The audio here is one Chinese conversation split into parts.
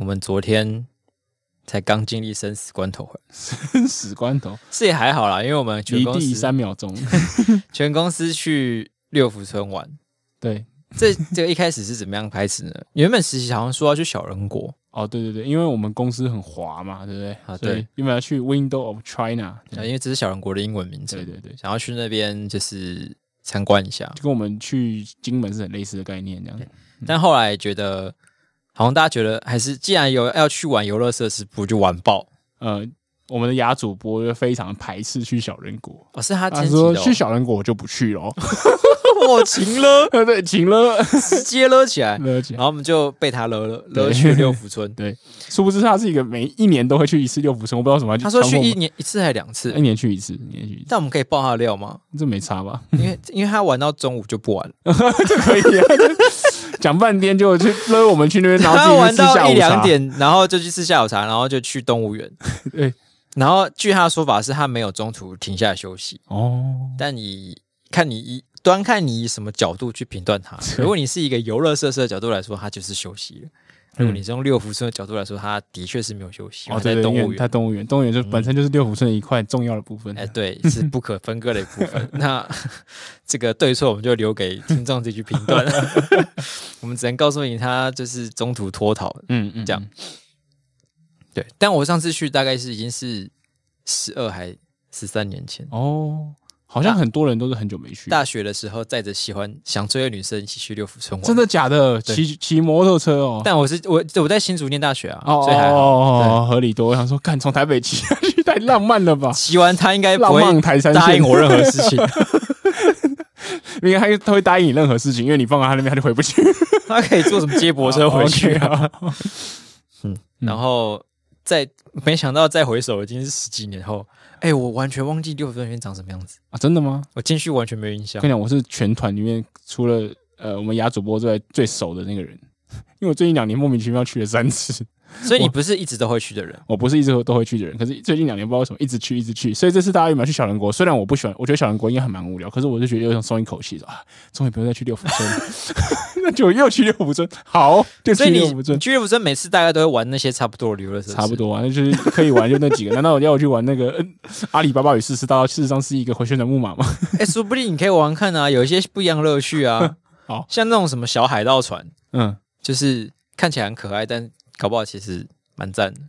我们昨天才刚经历生死关头回来，死关头，是也还好啦，因为我们全离公地司三秒 钟。全公司去六福村玩。对，这这个一开始是怎么样开始呢？原本实习好像说要去小人国，哦，对对对，因为我们公司很滑嘛，对不对？啊所以对原本要去 Window of China，啊对因为这是小人国的英文名嗯对称，对对，想要去那边就是参观一下。就跟我们去金门是很类似的概念，这样。但后来觉得，好像大家觉得还是既然有要去玩游乐设施，不如就玩爆。呃，我们的牙主播就非常排斥去小人国，哦，是他他天气的、说哦，去小人国我就不去了， 我晴了， 对，请了，直接勒起 来。了解然。后我们就被他勒了，勒去六福 村。殊不知他是一个每一年都会去一次六福村，我不知道为什么要他说强去迫我一们年一次还两次一，年去一次，一年去一次，但我们可以爆他的料 吗？这没差吧？因为因为他玩到中午就不玩了，可以啊，讲半天就去勒我们去那 边，然他后 自玩己去吃下到午一两茶。点，然后就去吃下午茶，然后就去动物园。 对，然后据他的说法是，他没有中途停下来休息。哦，但你看你以端看你以什么角度去评断 它。如果你是一个游乐设施的角度来说，它就是休息了；如果你是用六福村的角度来说，它的确是没有休息，哦，它在对对，动因物为园嗯它。动物园，动物园就本身就是六福村一块重要的部分。哎，对，是不可分割的一部 分。那 这个对错，我们就留给听众自己去评断。 我们只能告诉你，它就是中途脱逃。嗯嗯，这样对，但我上次去大概是已经是十二还十三年前，哦，好像很多人都是很久没去，大学的时候，载着喜欢想追的女生一起去六福村玩。真的假的？对骑骑摩托车哦。但我是我我在新竹念大学啊，哦所以还好。哦哦，合理多。我想说，看从台北骑下去太浪漫 了吧？骑完他应该不哦浪会漫台山答线应，我任何事情， 因为他他会答应你任何事情，因为你放在他那边他就回不 去。他可以坐什么接驳车回去啊？啊。 嗯然后再没想到再回首已经是十几年后，哎，我完全忘记六分园长什么样子，啊，真的吗？我进去完全没有印象跟。你讲，我是全团里面除了呃我们牙主播之外最熟的那个人，因为我最近两年莫名其妙去了三次，所以你不是一直都会去的 人，我不是一直都会去的人，可是最近两年不知道为什么一直去一直去，所以这次大家有没有去小人国？虽然我不喜欢，我觉得小人国应该还蛮无聊，可是我就觉得有种松一口气，说啊，终于不用再去六福村 了，那就又去六福村，好，就所去以六你福你村。去六福村每次大概都会玩那些差不多的游乐设施，差不。多啊，那就是可以玩就那几 个。难道我要我去玩那个、嗯阿里巴巴与四十大盗？事实上是一个回旋转木马吗？哎，说不定你可以玩玩看啊，有一些不一样的乐趣啊。 好像那种什么小海盗船，嗯，就是看起来很可爱，但搞不好其实蛮赞的。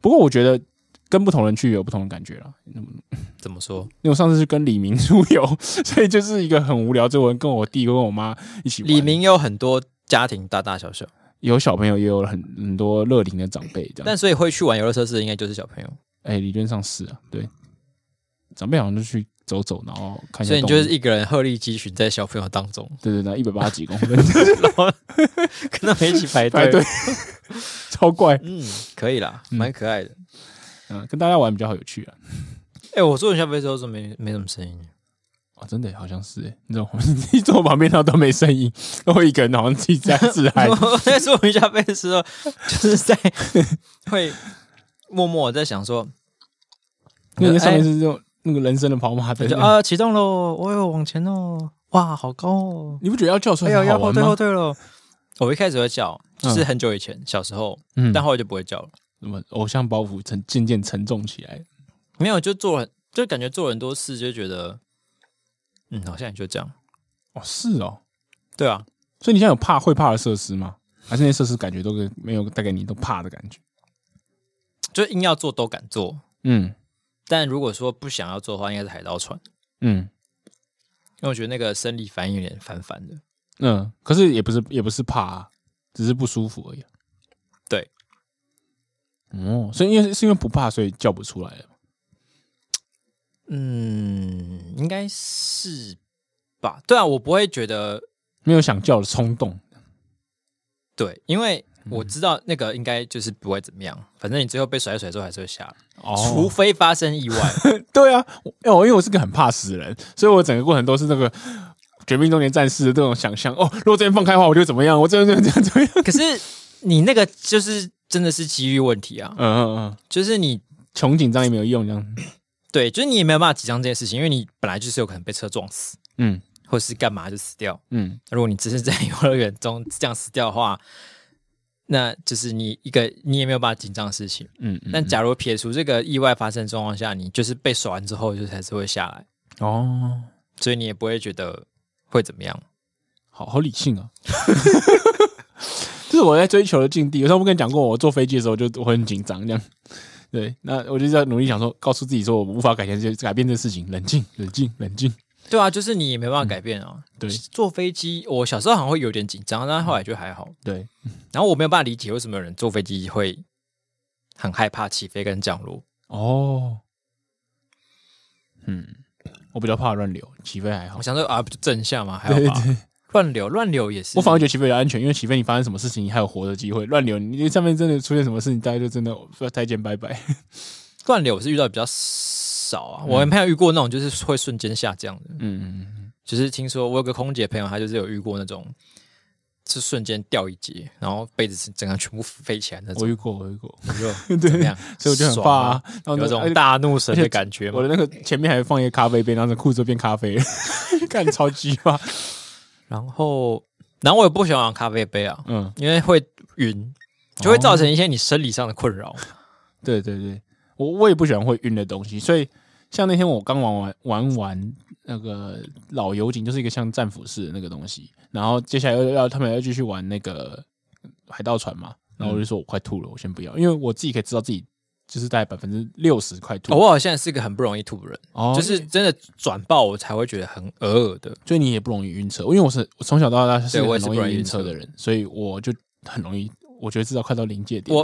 不过我觉得跟不同人去有不同的感觉啦。怎么说？因为我上次是跟李明出游， 所以就是一个很无聊，就我跟我弟跟我妈一起玩。嗯李明有很多家庭大大小小，有小朋友，也有很很多乐龄的长辈这样。但所以会去玩游乐设施的应该就是小朋友，哎、理论上是啊，对，长辈好像就去走走，然后看一下所动物。以你就是一个人鹤立鸡群在小朋友当中，对对对，一百八十几公 分， 跟他们一起排哎队对。，超怪。嗯，可以啦，蛮可爱的。嗯，跟大家玩比较好有趣啊。哎、我坐云霄飞车的时候没没什么声音，哦，真的好像是哎， 你知道我们自己坐旁边，然后都没声音，然后一个人好像自己在自嗨。我在坐云霄飞车的时候，就是 在会默默地在想说，因为那上面哎是这种那个人生的跑马灯就，啊启动喽，哦哟往前喽，哇好高哦，你不觉得要叫出哎来呦才要好后玩退后吗？退喽。我一开始会叫，就是嗯很久以前小时候，嗯但后来就不会叫了。什么偶像包袱沉渐渐沉重起来。没有，就做了很，就感觉做了很多事，就觉得，嗯，好像也就这样。哦，是哦，对啊，所以你现在有怕会怕的设施吗？还是那些设施感觉都给没有带给你都怕的感觉？就硬要做都敢做，嗯但如果说不想要做的话，应该是海盗船，嗯因为我觉得那个生理反应有点烦烦的。嗯，可是也不是也不是怕、啊，只是不舒服而已。对，哦，所以因为是因为不怕，所以叫不出来了。嗯，应该是吧？对啊，我不会觉得没有想叫的冲动，对，因为我知道那个应该就是不会怎么样，反正你最后被甩一甩之后还是会下来，除哦，非发生意外。 对啊，我因为我因为我是个很怕死的人，所以我整个过程都是那个《绝命终结战士》的这种想象。哦，如果这边放开的话，我就怎么样？我这边这样怎么样？可是你那个就是真的是机遇问题啊，嗯嗯嗯，就是你穷紧张也没有用，这样。对，就是你也没有办法紧张这件事情，因为你本来就是有可能被车撞死，嗯或是干嘛就死掉。嗯如果你只是在游乐园中这样死掉的话，那就是你一个你也没有办法紧张的事情。嗯，嗯但假如撇除这个意外发生的状况下，你就是被耍完之后就还是会下来，哦，所以你也不会觉得会怎么样。好好理性啊。 这是我在追求的境地。有时候我跟你讲过，我坐飞机的时候就我会很紧张，这样。对，那我就是要努力想说，告诉自己说我无法改变这改变这事情，冷静，冷静，冷静。对啊，就是你也没办法改变啊。对坐飞机我小时候好像会有点紧张，但后来就还好。对，然后我没有办法理解为什么有人坐飞机会很害怕起飞跟降落。哦，嗯，我比较怕乱流，起飞还好我。想说啊，不就正向吗？还对有吧，对，乱流，乱流也是。我反而觉得起飞比较安全，因为起飞你发生什么事情，你还有活的机会。乱流，你上面真的出现什么事情，大家就真的说再见拜拜。乱流我是遇到比较少啊，我没有遇过那种就是会瞬间下降的。嗯，就是听说我有个空姐朋友，她就是有遇过那种是瞬间掉一截，然后被子整个全部飞起来那我种，遇过，我遇过，我就怎么样？ 所以我就很怕、爽啊啊。然后那有而且种大怒神的感觉嘛。我的那个前面还放一个咖啡杯，然后裤子都变 咖啡了，看超级吧。然后，然后我也不喜欢玩咖啡杯啊，嗯，因为会晕，就会造成一些你生理上的困哦扰。对对对，我我也不喜欢会晕的东西，所以像那天我刚玩完玩完那个老油井，就是一个像战斧式的那个东西，然后接下来又要他们要继续玩那个海盗船嘛，然后我就说我快吐了，我先不嗯要，因为我自己可以知道自己就是大概百分之六十快哦吐，我好像是一个很不容易吐的人，哦就是真的转爆我才会觉得很耳耳的。所以你也不容易晕车，因为我是我从小到大是对我很也是容不容易易晕晕车车的人，所以我就很容易，我觉得至少快到临界点了。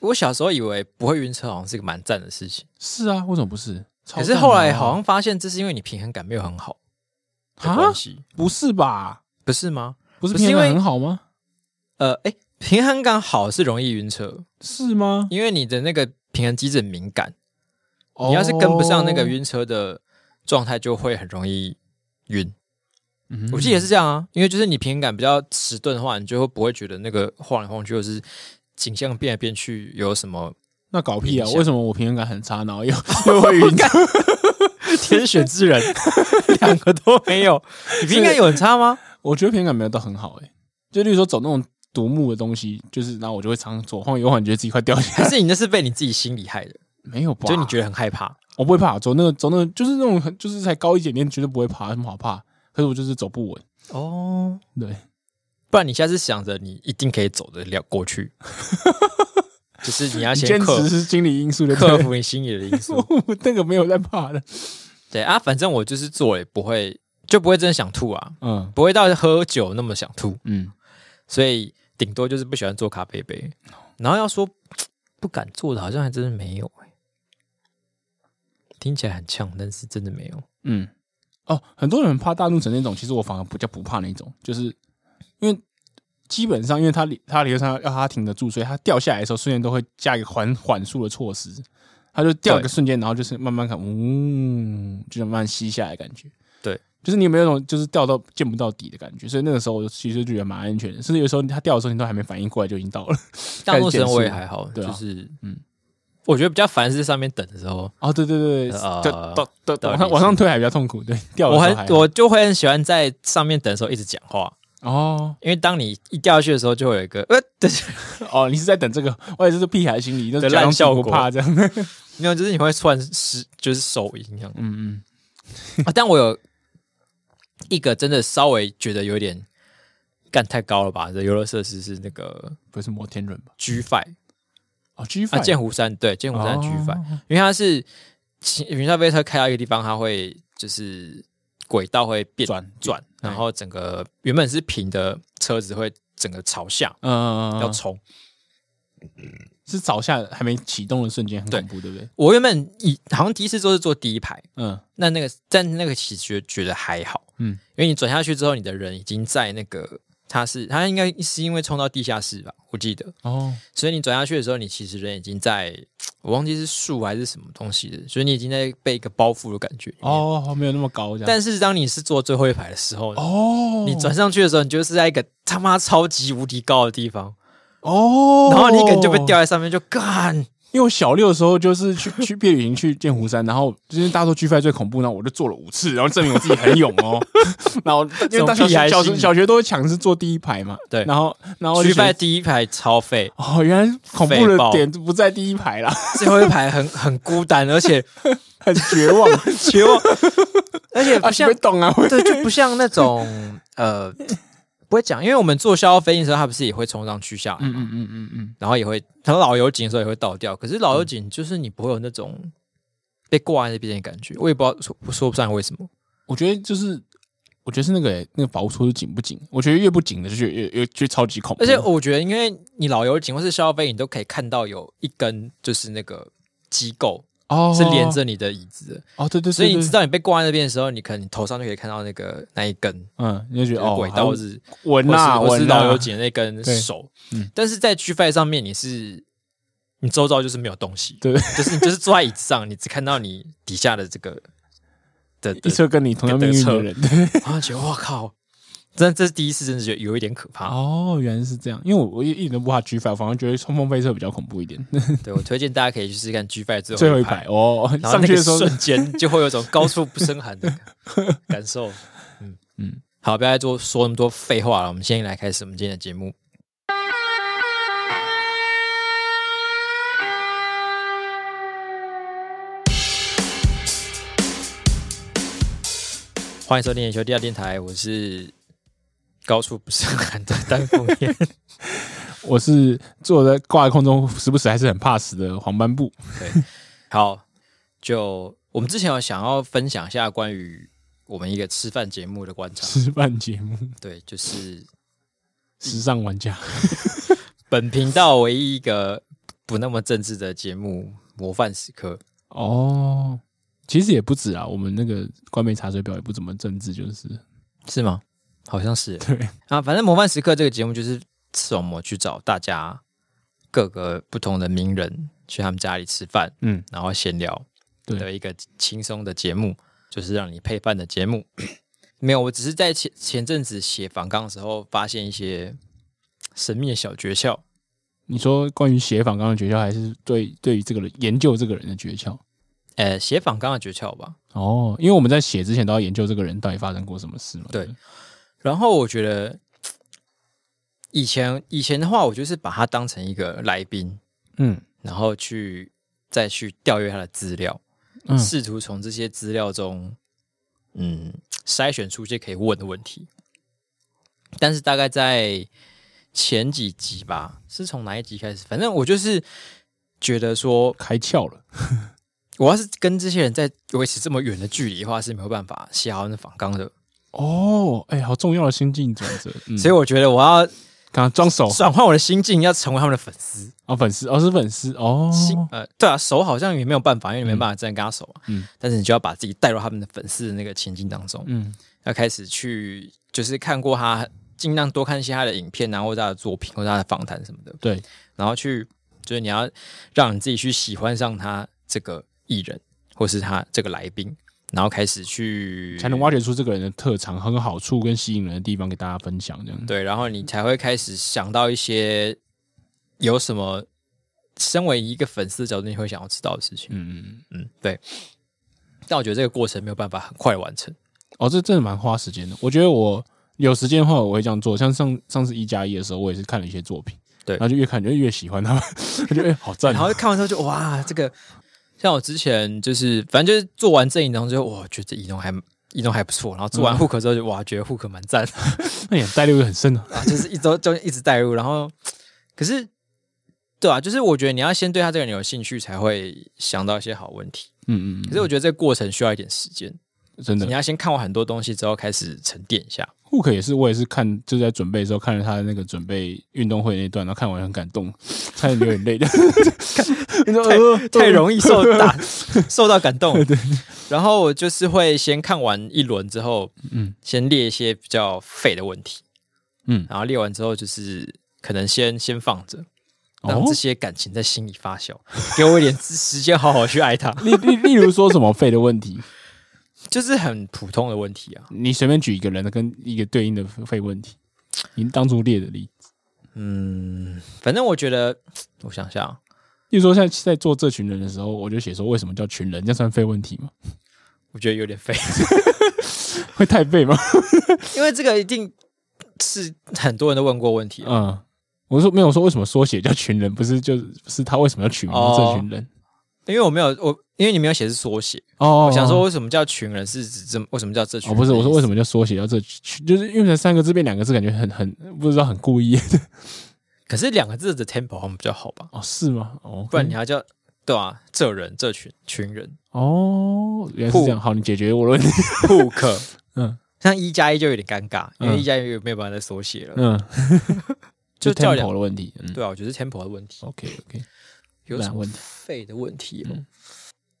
我我小时候以为不会晕车好像是个蛮赞的事情，是啊，为什么不是？可是后来好像像发现这是因为你平衡感没有很好的啊关系，不是吧？不是吗？不是不是平因衡为感很好吗？呃，哎，平衡感好是容易晕车，是吗？因为你的那个平衡机制很敏感，哦你要是跟不上那个，晕车的状态，就会很容易晕。嗯我记得也是这样啊，因为就是你平衡感比较迟钝的话，你就会不会觉得那个晃来晃去，或是景象变来变去有什么那搞屁啊！影响为什么我平衡感很差，然后 又又会晕 车？天选之 人，两个都没有，你平衡感有很差 吗？我觉得平衡感没有到很好诶、就例如说走那种独木的东西，就是然后我就会常常左晃右晃，觉得自己快掉下来。 还是你那是被你自己心理害的，没有吧？就你觉得很害怕？我不会怕，走那个走那个就是那种很就是才高一点点，绝对不会爬，有什么好怕？可是我就是走不稳，哦，对，不然你下次想着你一定可以走得了过 去，就是你要先坚克持是心理因素的克。服你心理的因 素。我那个没有在怕的，对啊，反正我就是做了也不会就不会真的想吐啊，嗯不会到喝酒那么想吐，嗯，所以顶多就是不喜欢做咖啡杯。然后要说不敢做的，好像还真的没有、欸、听起来很呛，但是真的没有。嗯，哦，很多人很怕大怒神那种，其实我反而比较不怕那种，就是因为基本上因为他理他理论上要他停得住，所以他掉下来的时候，瞬间都会加一个缓缓速的措施，他就掉一个瞬间，然后就是慢慢看，嗯，就是慢慢吸下来的感觉。对，就是你有没有那种就是掉到见不到底的感觉？所以那个时候我其实就觉得蛮安全的，甚至有时候他掉的时候你都还没反应过来就已经到了。大陆神减速我也了还好，对啊就是嗯嗯，我觉得比较烦是上面等的时候，哦，对对对 对，呃掉掉掉到往底上是往上推还比较痛苦，对，掉的我时哦候还很好我就会很喜欢在上面等的时候一直讲话，哦因为当你一掉下去的时候，就会有一个呃的，哦，你是在等这个，我也是屁孩心理，就是对假装烂自己效不果怕这样。 没有，就是你会突然失，就是手淫这样。嗯嗯，啊，但我有一个真的稍微觉得有点干太高了吧？这游乐设施是那个不是摩天轮吧？ G Five 哦，G 啊， Five，剑湖山对，剑湖山 G Five，、哦因为它是其云霄飞车开到一个地方，它会就是轨道会变转转，对然后整个原本是平的车子会整个朝下嗯，要要冲。是早下还没启动的瞬间，很恐怖，对不对？我原本以好像第一次坐是坐第一排，嗯那那个但那个其实觉觉得还好，嗯，因为你转下去之后，你的人已经在那个他是他应该是因为冲到地下室吧，我记得，哦，所以你转下去的时候，你其实人已经在我忘记是树还是什么东西的，所以你已经在被一个包覆的感觉。哦，哦，没有那么高这样，但是当你是坐最后一排的时候，哦，你转上去的时候，你就是在一个他妈超级无敌高的地方，哦，然后你可能就被吊在上面就干。因为我小六的时候就是去去毕业旅行去剑湖山，然后就是大家说 G f 最恐怖，然后我就做了五次，然后证明我自己很勇 哦。然后因为这大种小屁孩学小心学理小学都会抢是坐第一排嘛，对然后然后举就觉牌得第一排超废，哦，原来恐怖废的爆点不在第一排啦，最后一排很 很孤单，而且很绝望绝望，而且 啊，不像不懂啊，我对，就不像那种呃，不会讲，因为我们坐消费的时候，它不是也会冲上去下来嘛，嗯嗯嗯嗯嗯，然后也会，然后老油井的时候也会倒掉。可是老油井就是你不会有那种被挂在那边的感觉，我也不知道说说不上为什么。我觉得就是。我觉得是那个、欸那个保护措施紧不紧？我觉得越不紧的就越越越越超级恐怖。而且我觉得，因为你老油井或是消费，你都可以看到有一根就是那个机构哦是连着你的椅子的，哦，对对对所以你对知道你被挂在那边的时候，你可能头上就可以看到那个那一根。嗯，你就觉就得是哦，轨好道像是稳或是呐，或是稳啊呐老油井的那根对手嗯，但是在区块上面你是你周遭就是没有东西，对，就是你就是坐在椅子上，你只看到你底下的这个的一的车跟你同样命运的人。 啊然后觉得我靠，真的这是第一次，真的觉得有一点可怕。哦，原来是这样，因为我我一一点都不怕 G Five，反而觉得冲锋飞车比较恐怖一点。对我推荐大家可以去试试看 G Five 最最后后一排排，哦，然后上那去个的时候，瞬间就会有种高处不胜寒的 感受。嗯嗯嗯，好，不要再多说那么多废话了，我们先来开始我们今天的节目。欢迎收听《野球第二电台》，我是高处不胜寒的丹凤 眼。我是坐在挂在空中，时不时还是很怕死的黄 斑布。对，好，就我们之前有想要分享一下关于我们一个吃饭节目的观察，吃饭节目，对，就是时尚玩家，本频道唯一一个不那么政治的节目《模范时刻》。哦，其实也不止啊，我们那个官媒查水表也不怎么政治，就是是吗？好像是对，啊，反正《模范时刻》这个节目就是赤龙魔去找大家各个不同的名人去他们家里吃饭，嗯，然后闲聊对的一个轻松的节目，就是让你配饭的节目。 没有，我只是在前前阵子写访纲的时候发现一些神秘的小诀窍。你说关于写访刚刚的诀窍，还是对对于这个人研究这个人的诀窍？呃，写访纲的诀窍吧。哦，因为我们在写之前都要研究这个人到底发生过什么事嘛。对然后我觉得以前以前的话，我就是把他当成一个来宾，嗯然后去再去调阅他的资料，嗯试图从这些资料中，嗯，筛选出一些可以问的问题。但是大概在前几集吧，是从哪一集开始？反正我就是觉得说，开窍了。我要是跟这些人在维持这么远的距离的话，是没有办法写好那访纲的。哦，哎、好重要的心境转折。嗯，所以我觉得我要刚刚装手转换我的心境，要成为他们的粉丝。哦，粉丝哦是粉丝哦，心呃，对啊，熟好像也没有办法，因为你没办法真的跟他熟嘛。嗯嗯，但是你就要把自己带入他们的粉丝的那个情境当中，嗯要开始去就是看过他，尽量多看一些他的影片啊，或者他的作品，或者他的访谈什么的，对，然后去就是你要让你自己去喜欢上他这个艺人，或是他这个来宾，然后开始去才能挖掘出这个人的特长和好处跟吸引人的地方给大家分享，这样嗯对，然后你才会开始想到一些有什么，身为一个粉丝的角度，你会想要知道的事情。嗯嗯，嗯，对。但我觉得这个过程没有办法很快完成。哦，这真的蛮花时间的。我觉得我有时间的话，我会这样做。像上上次一加一的时候，我也是看了一些作品，对然后就越看就越喜欢他们， 我觉得哎、好赞然啊，后看完之后就哇，这个像我之前就是，反正就是做完这影动之后，哇，觉得移动还移动还不错。然后做嗯完 hook 之后就哇，觉得 hook 蛮赞， 那也带入得很深啊。然后就是一周就一直带入。然后可是，对啊，就是我觉得你要先对他这个人有兴趣，才会想到一些好问题。嗯嗯可是我觉得这个过程需要一点时间，嗯，真的你。要先看完很多东西之后，开始沉淀一下。 Hook 也是，我也是看，就在准备的时候看了他的那个准备运动会那一段，然后看完很感动，差点流眼 泪的。你说呃太容易受 打受到感动。然后我就是会先看完一轮之后，嗯嗯，先列一些比较废的问题，嗯嗯，然后列完之后就是可能先先放着，让哦这些感情在心里发酵，给我一点时时间好好去爱他。 例例例如说什么肺的问题，就是很普通的问题啊，你随便举一个人的跟一个对应的肺问题，你当初列的例，嗯，反正我觉得，我想想，例如说，现在在做这群人的时候，我就写说为什么叫群人，这样算废问题吗？ 我觉得有点废， 会太废吗？因为这个一定是很多人都问过问题了。嗯，我是说没有说为什么缩写叫群人，不是就是是他为什么要取名叫这群人？因为我没有我，因为你没有写是缩写，哦，我想说为什么叫群人是指这么为什么叫这群哦，人？不是，我说为么什么叫缩写叫这群，就是因为三个字变两个字，感觉很很不知道很故意 可是两个字的 tempo 好像比较好吧，哦，是吗？哦，不然你要叫对啊，这人这群群 人哦，原来是这样，好，你解决我的问题。 hook，嗯像一加一就有点尴尬，因为嗯一加一没有办法再缩写了。 嗯，就叫 tempo 两的问题。嗯对啊，我觉得是 tempo 的问题， ，OK OK，有什不然么问题废的问题吗嗯？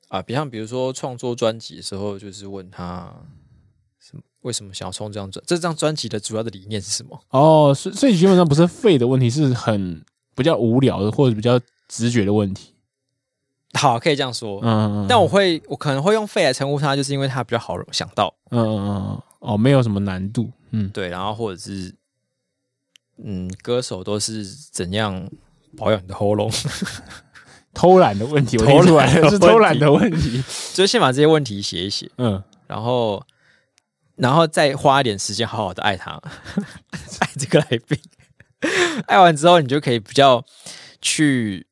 啊，比像比如说创作专辑的时候，就是问他什么为什么想要创这张专这张专辑的主要的理念是什么？哦，所以所以基本上不是废的问题，是很比较无聊的或者比较直觉的问题。好，可以这样说。嗯，嗯嗯但我会，我可能会用废来称呼他，就是因为他比较好想到，嗯嗯嗯哦，没有什么难度。嗯对，然后或者是，嗯，歌手都是怎样保养你的喉咙， 偷懒的问题，我偷听出懒来的了是问偷懒题的问题。就是先把这些问题写一写，嗯，然后，然后再花一点时间好好的爱他， 爱这个来宾，爱完之后你就可以比较去，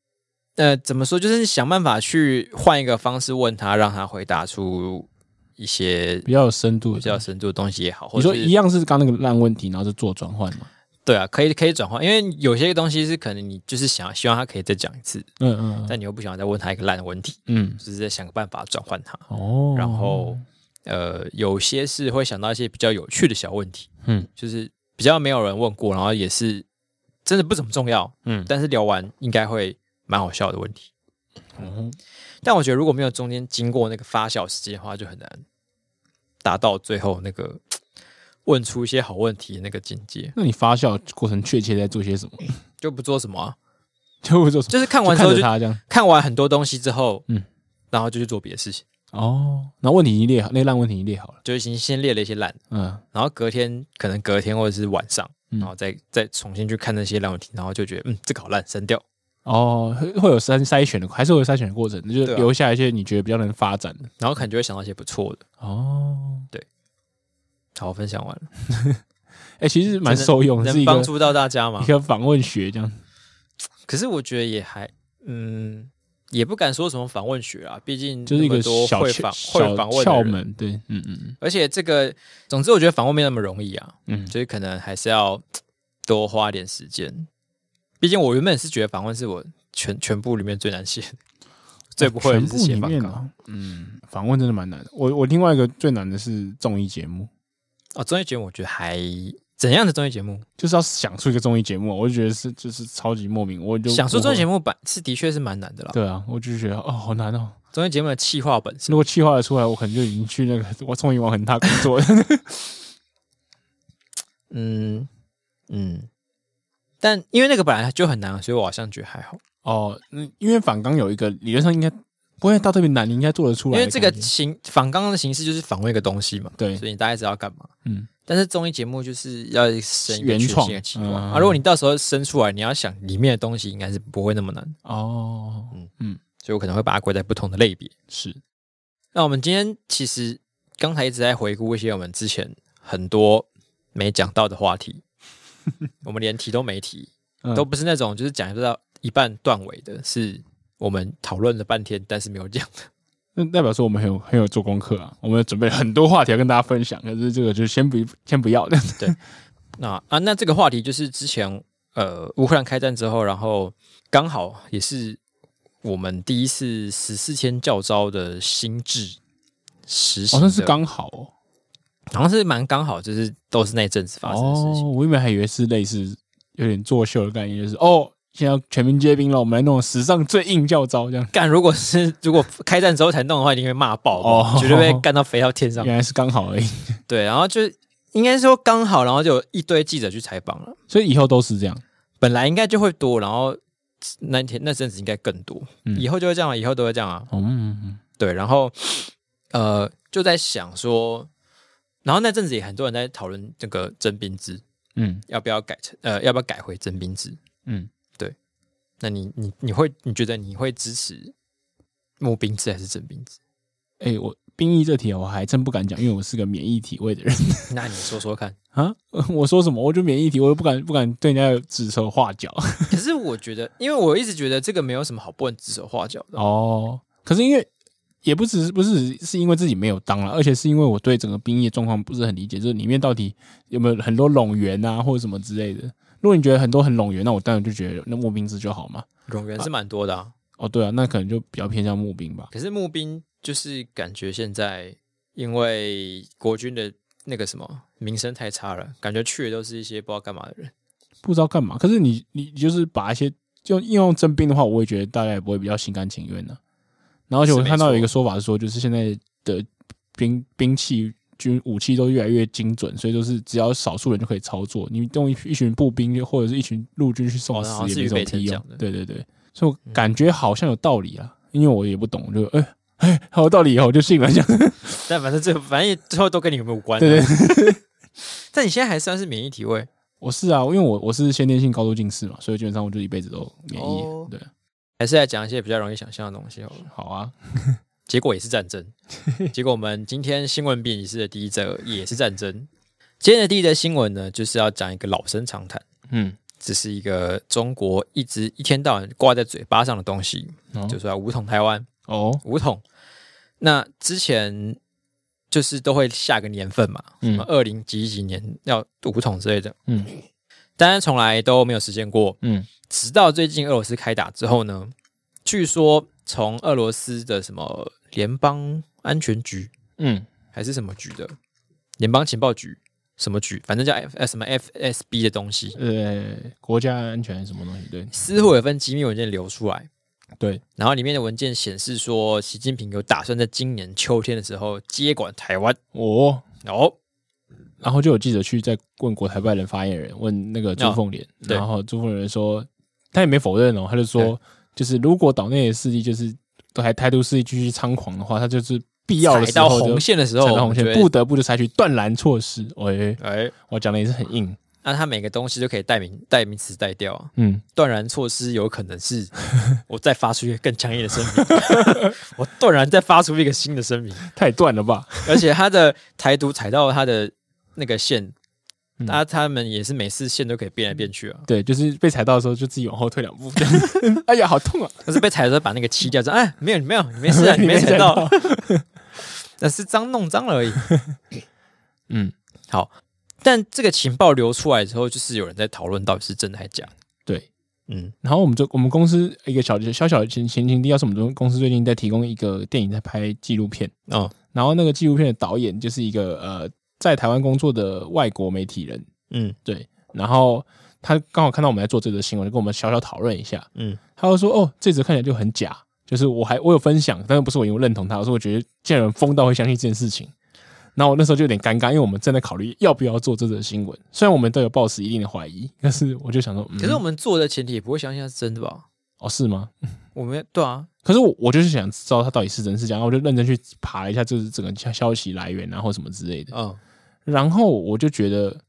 呃，怎么说，就是想办法去换一个方式问他，让他回答出一些比较有深度的。比较深度的东西也好，或你者说是一样是刚那个烂问题，然后是做转换嘛？对啊，可以可以转换，因为有些东西是可能你就是想希望他可以再讲一次，嗯嗯嗯但你又不想再问他一个烂的问题，嗯，就是在想个办法转换他。哦，然后呃，有些是会想到一些比较有趣的小问题，嗯就是比较没有人问过，然后也是真的不怎么重要，嗯但是聊完应该会蛮好笑的问题。哦但我觉得如果没有中间经过那个发酵时间的话，就很难达到最后那个问出一些好问题的那个境界。那你发酵过程确切在做些什 么？就不做什么啊、就会做什么？就是看就完之看后着就他这样。看完很多东西之后，嗯嗯，然后就去做别的事情，哦，然后问题已经列好，那烂问题已经列好了。就已经先列了一些烂，嗯，然后隔天可能隔天或者是晚上，嗯然后再再重新去看那些烂问题，然后就觉得嗯这个好烂，删掉。哦，会会有筛筛选的，还是会有筛选的过程，就对是啊留下一些你觉得比较能发展的。然后可能就会想到一些不错的。哦，好，分享完了，哎、其实蛮真的受用，是能一帮个助到大家一嘛？个访问学这样。可是我觉得也还嗯，也不敢说什么访问学啊，毕竟就是一那个么多小会窍访小会访问的窍人，门，对，嗯嗯而且这个总之我觉得访问没那么容易啊，嗯所以可能还是要多花点时间。毕竟我原本是觉得访问是我全全部里面最难写的，最不会的全是部写里访面纲啊，嗯，访问真的蛮难的。我我另外一个最难的是综艺节目，哦。综艺节目我觉得还怎样的综艺节目？就是要想出一个综艺节目，啊我就觉得是就是超级莫名，我就想说我综艺节目版是的确是蛮难的啦。对啊，我就觉得哦好难哦。综艺节目的企划本身，如果企划得出来，我可能就已经去那个我综艺网很大工作了。 嗯嗯，但因为那个本来就很难，啊所以我好像觉得还好。哦，嗯，因为反纲有一个理论上应该不会到特别难，你应该做得出因来的为感觉。这个形访纲的形式就是访问一个东西嘛，对所以你大概知道干嘛。嗯，但是综艺节目就是要生一个原全创新的企划、嗯啊！如果你到时候生出来，你要想里面的东西，应该是不会那么难，哦，所以我可能会把它归在不同的类别。是那我们今天其实刚才一直在回顾一些我们之前很多没讲到的话 题，我们连提都没提，嗯都不是那种就是讲到一半断尾的，是我们讨论了半天但是没有讲。那代表说我们很有很有做功课啊，我们准备了很多话题要跟大家分享，可是这个就先不先不要。那啊，那这个话题就是之前呃乌克兰开战之后，然后刚好也是我们第一次十四天教招的新制实行好的，像是刚好哦，好像是蛮刚好，就是都是那阵子发生的事情。哦，我原本还以为是类似有点作秀的概念，就是哦，现在要全民皆兵了，我们来弄史上最硬教招这样。干，如果是 如果开战之后才弄的话，一定会骂爆，哦绝对被干到飞到天上。原来是刚好而已，对，然后就应该说刚好，然后就有一堆记者去采访了。所以以后都是这样。本来应该就会多，然后那天那阵子应该更多，嗯以后就会这样，以后都会这样啊。哦嗯，嗯对，然后呃就在想说，然后那阵子也很多人在讨论这个征兵制嗯要不要改成呃要不要改回征兵制，嗯，那你你你会你觉得你会支持募兵制还是征兵制？哎、我兵役这题我还真不敢讲，因为我是个免疫体位的人 那你说说看。啊。我说什么我就免疫体，我又不敢不敢对人家有指手画脚。可是我觉得，因为我一直觉得这个没有什么好不能指手画脚的。哦，可是因为也不只是不是是因为自己没有当了，而且是因为我对整个兵役状况不是很理解，就是里面到底有没有很多冗员啊，或者什么之类的。如果你觉得很多很冗员，那我当然就觉得那募兵制就好嘛。冗员是蛮多的啊，哦，对啊，那可能就比较偏向募兵吧。可是募兵就是感觉现在因为国军的那个什么名声太差了，感觉去的都是一些不知道干嘛的人。不知道干嘛。可是你你你就是把一些就应用征兵的话，我也觉得大家也不会比较心甘情愿的、啊然后而且我是没看到有错一个说法是说，就是现在的兵兵器、军武器都越来越精准，所以就是只要少数人就可以操作。你用一一群步兵或者是一群陆军去送哦死好像也是没什么俞北辰屁用讲的。嗯对对对，所以我感觉好像有道理啊，因为我也不懂，我就哎。 哎，好有道理哦，我就信了这样。但反正这反正最后都跟你有没有关、啊。对但你现在还算是免疫体位，我是啊，因为我我是先天性高度近视嘛，所以基本上我就一辈子都免疫。哦对，还是来讲一些比较容易想象的东西好了。好啊，结果也是战争。结果我们今天新闻比你是的第一则也是战争。今天的第一则新闻呢，就是要讲一个老生常谈，嗯，这是一个中国一直一天到晚挂在嘴巴上的东西，哦就是要武统台湾，哦，武统。那之前就是都会下个年份嘛，什嗯么二零几几年要武统之类的，嗯但是从来都没有实现过。嗯直到最近俄罗斯开打之后呢，据说从俄罗斯的什么联邦安全局嗯，还是什么局的联邦情报局什么局，反正叫 F 呃什么 FSB 的东西，呃，国家安全什么东西？对似乎有份机密文件流出来，对，然后里面的文件显示说，习近平有打算在今年秋天的时候接管台湾。哦，哦，然后就有记者去在问国台办的发言人，问那个朱凤莲，对然后朱凤莲说，他也没否认哦，他就说，就是如果岛内的势力就是还台独势力继续猖狂的话，他就是必要的踩时到候就红线的时候，踩到红我线，们就会不得不就采取断然措施。喂，哎，我讲的也是很硬，那他每个东西都可以代名代名词代掉啊。嗯，断然措施有可能 是我再发出一个更强硬的声明，我断然再发出一个新的声明，太断了吧？而且他的台独踩到他的那个线，嗯他他们也是每次线都可以变来变去啊，对，就是被踩到的时候就自己往后退 两步，这样哎呀，好痛啊！但是被踩的时候把那个踢掉，说哎没有没有你没事、 啊，你没踩到，， 但是脏弄脏了而已。嗯，好，但这个情报流出来之后，就是有人在讨论到底是真的还是假的。对。嗯，然后我们就我们公司一个小小小的前前情提要是我们公公司最近在提供一个电影在拍纪录片，哦，然后那个纪录片的导演就是一个呃在台湾工作的外国媒体人，嗯对，然后他刚好看到我们在做这则新闻，就跟我们小小讨论一下，嗯，他就说哦这则看起来就很假，就是我还我有分享，但是不是我因为认同他，我说我觉得竟然有人疯到会相信这件事情。然后我那时候就有点尴尬，因为我们正在考虑要不要做这则新闻，虽然我们都有抱持一定的怀疑，但是我就想说，嗯、可是我们做的前提也不会相信它是真的吧？哦是吗？我们对啊，可是我我就是想知道他到底是真是假，然后我就认真去爬了一下，就是整个消消息来源啊，然后什么之类的。嗯然后我就觉得，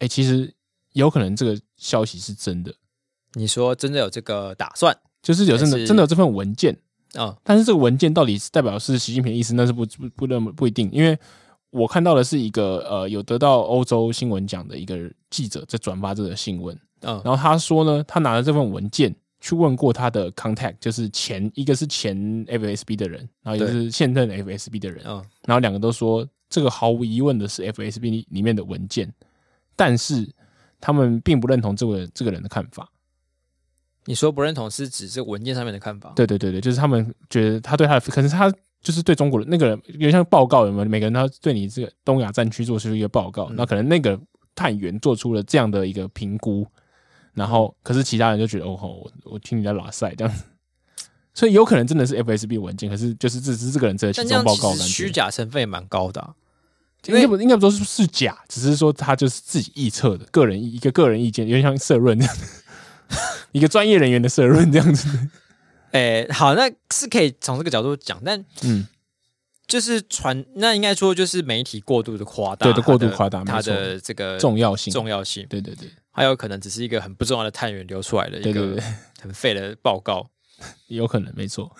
哎、其实有可能这个消息是真的，你说真的有这个打算就是有真还的是真的有这份文件，啊、但是这个文件到底是代表是习近平的意思，那是不不不认不一定，因为我看到的是一个呃有得到欧洲新闻奖的一个记者在转发这个新闻，嗯嗯然后他说呢，他拿了这份文件去问过他的 contact，就是前一个是前 FSB 的人，然后对也是现任 FSB 的人，嗯，然后两个都说这个毫无疑问的是 FSB 里里面的文件，但是他们并不认同这个这个人的看法。你说不认同是指这文件上面的看法？对对对对，就是他们觉得他对他的，可是他就是对中国人那个人，有点像报告有没有？每个人他对你这个东亚战区做出一个报告，嗯那、可能那个探员做出了这样的一个评估，然后可是其他人就觉得哦吼，我我听你在拉塞这样子。 所以有可能真的是 FSB 文件，可是就是这只是这个人这但其这中样报其告的实感觉虚假成分也蛮高的啊、因应为该不应该不说是是假，只是说他就是自己臆测的个人意一个个人意见，有点像社论 这样子，一个专业人员的社论这样子。诶，好，那是可以从这个角度讲，但嗯，就是传，那应该说就是媒体过度的夸大它对的，的过度夸大没它错的这个重要性，重要性。对对对，还有可能只是一个很不重要的探员流出来的一对对个对，很废的报告， 有可能 没错。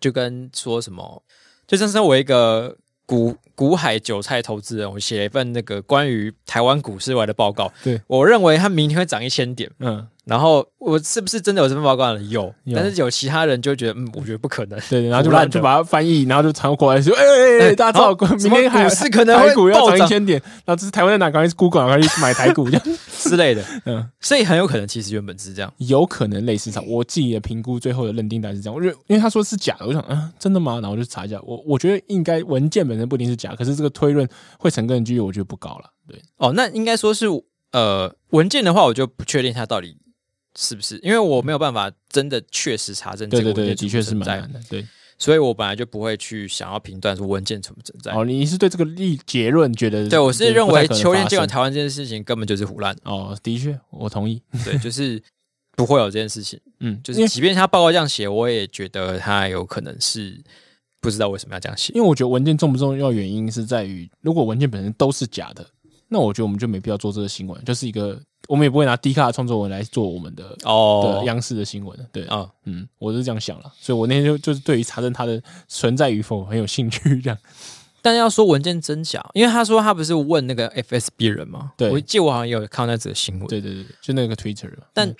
就跟说什么，就像是我一个股股海韭菜投资人，我写了一份那个关于台湾股市外的报告，对我认为它明天会涨一千点，嗯，然后我是不是真的有这份报告呢？有，有但是有其他人就觉得，嗯，我觉得不可能。对，然后就胡把乱的就把它翻译，然后就传过来说，哎哎哎，大家知道，好明天什么还股市可能台会股要暴涨一涨千点，然后这是台湾在哪？赶快去 Google，赶快去买台股，这样 之类的，嗯嗯，所以很有可能其实原本是这样，有可能类似这样。我自己的评估最后的认定单是这样，我觉得因为他说是假的，我想啊，真的吗？然后我就查一下，我我觉得应该文件本身不一定是假，可是这个推论会成功的几率我觉得不高了。对，哦，那应该说是呃文件的话，我就不确定它到底是不是，因为我没有办法真的确实查证这对个对文件对，的确是存不蛮存在，难的。对，所以我本来就不会去想要评断说文件存不存在。哦，你是对这个立结论觉得？对，我是认不太为可能秋发天接管生台湾这件事情根本就是胡乱，哦，的确，我同意。 对，就是不会有这件事情。嗯，就因是为即便他报告这样写，我也觉得他有可能是不知道为什么要这样写。因为我觉得文件重不重要，原因是在于如果文件本身都是假的，那我觉得我们就没必要做这个新闻，就是一个我们也不会拿低卡的创作文来做我们的。哦的，央视的新闻，对，啊、嗯，嗯，我是这样想了，所以我那天就就是对于查证它的存在与否很有兴趣，这样，但要说文件真假，因为他说他不是问那个 FSB 人嘛，对我记得我好像也有看到那则新闻，对对对，就那个 Twitter，嘛但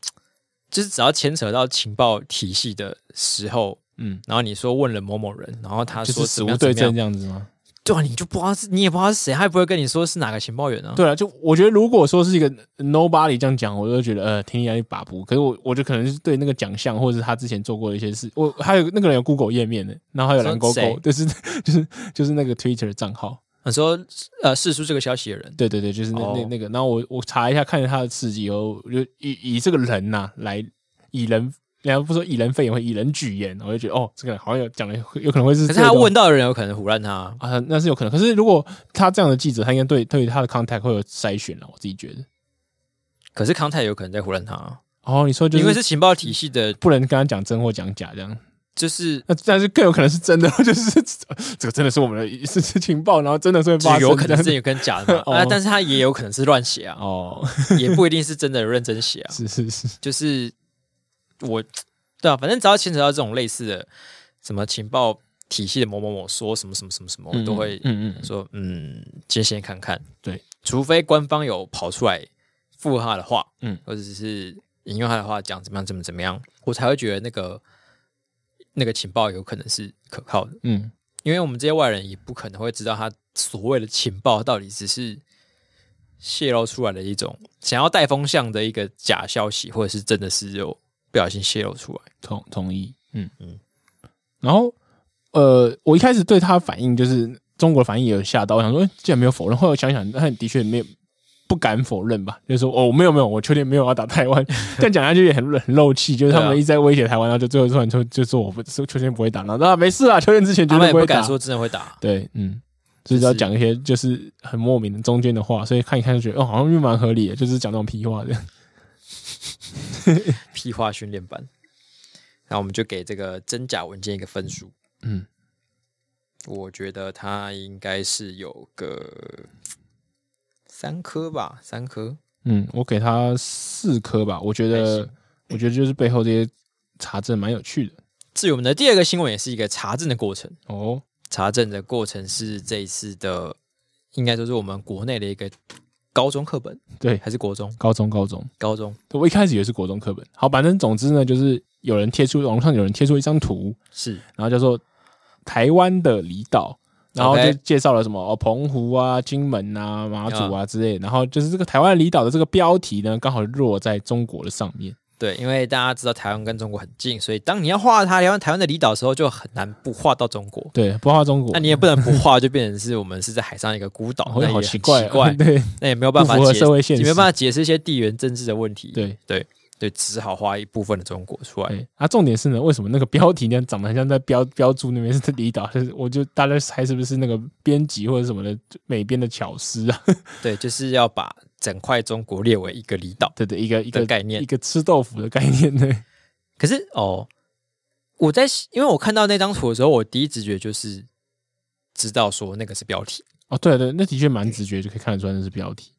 就是只要牵扯到情报体系的时候，嗯，然后你说问了某某人，然后他说嗯就是怎死么无样对怎么样，证这样子吗？对啊，你就不知道是，你也不知道是谁，他也不会跟你说是哪个情报员啊。对啊，就我觉得如果说是一个 nobody 这样讲，我就觉得呃挺压力把不。可是我我就可能是对那个奖项或者是他之前做过的一些事，我还有那个人有 Google 页面的，然后还有蓝勾说谁勾， 就是就是就是那个 Twitter 账号，你说呃，释出这个消息的人，对对对，就是那、那哦那个。然后我我查一下，看了他的事迹以后，我就以以这个人呐、来以人。人家不说以人废言，会以人举言，我就觉得哦，这个人好像有讲的有可能会是可这是种。他问到的人有可能胡乱他，啊，那是有可能。可是如果他这样的记者，他应该对对他的 contact 会有筛选了，我自己觉得。可是康泰有可能在胡乱他啊，哦，你说就是因为是情报体系的，不能跟他讲真或讲假这样。就是那但是更有可能是真的， 就是这个真的是我们的是是情报，然后真的是会就发是生，有可能是这真样，有跟假的嘛 哦啊，但是他也有可能是乱写啊，哦， 也不一定是真的有认真写啊，是是是，就是我对啊，反正只要牵扯到这种类似的什么情报体系的某某某说什么什么什么什么，我都会嗯嗯说嗯，先先看看，对，除非官方有跑出来附和他的话，嗯嗯，或者是引用他的话讲怎么样怎么怎么样，我才会觉得那个那个情报有可能是可靠的，嗯，因为我们这些外人也不可能会知道他所谓的情报到底只是。泄露出来的一种想要带风向的一个假消息，或者是真的是有不小心泄露出来。同同意，嗯嗯嗯。然后呃，我一开始对他反应就是中国的反应也有吓到，我想说，诶既然没有否认，后来我想想，他的确没有。不敢否认吧，就是说哦，没有没有，我确定没有要打台 湾。这样讲下去也很很漏气，就是他对们啊一直在威胁台湾，然后就最后突然就就说我不，说秋天不会打，然后啊没事啊，秋天之前绝他们对也不不会敢打。说真的会打，对，嗯，就是要讲一些就是很莫名的中间的话，所以看一看就觉得哦，好像又蛮合理的，就是讲那种屁话的。 屁话训练班。那我们就给这个真假文件一个分数，嗯，我觉得它应该是有个三颗吧，三颗。嗯，我给他四颗吧，我觉还得行，我觉得就是背后这些查证蛮有趣的至于我们的第二个新闻，也是一个查证的过程。哦。查证的过程是这一次的，应该说是我们国内的一个高中课本，对，还是国中？高中高中，高中我一开始也是国中课本。好，反正总之呢，就是有人贴出网络上有人贴出一张图，是然后叫做台湾的离岛，然后就 OK 介绍了什么哦澎湖啊、金门啊、马祖啊之类的，然后就是这个台湾离岛的这个标题呢，刚好落在中国的上面。对，因为大家知道台湾跟中国很近，所以当你要画它台湾台湾的离岛的时候，就很难不画到中国。对，不画中国，那你也不能不画，就变成是我们是在海上一个孤岛，好那也像好很奇奇怪哦，怪 对那也没有办法不符合解，社会现实也没有办法解释一些地缘政治的问题，对对，只好画一部分的中国出来。对。啊，重点是呢，为什么那个标题呢长得很像在标标注那边是离岛？就是我就大家猜是不是那个编辑或者什么的美编的巧思啊？ 对，就是要把整块中国列为一个离岛对对，一个一的个概一念。个吃豆腐的概 念呢。可是哦，我在因为我看到那张图的时候，我第一直觉就是知道说那个是标题，哦，对对，那的确蛮直觉就可以看得出来那是标题。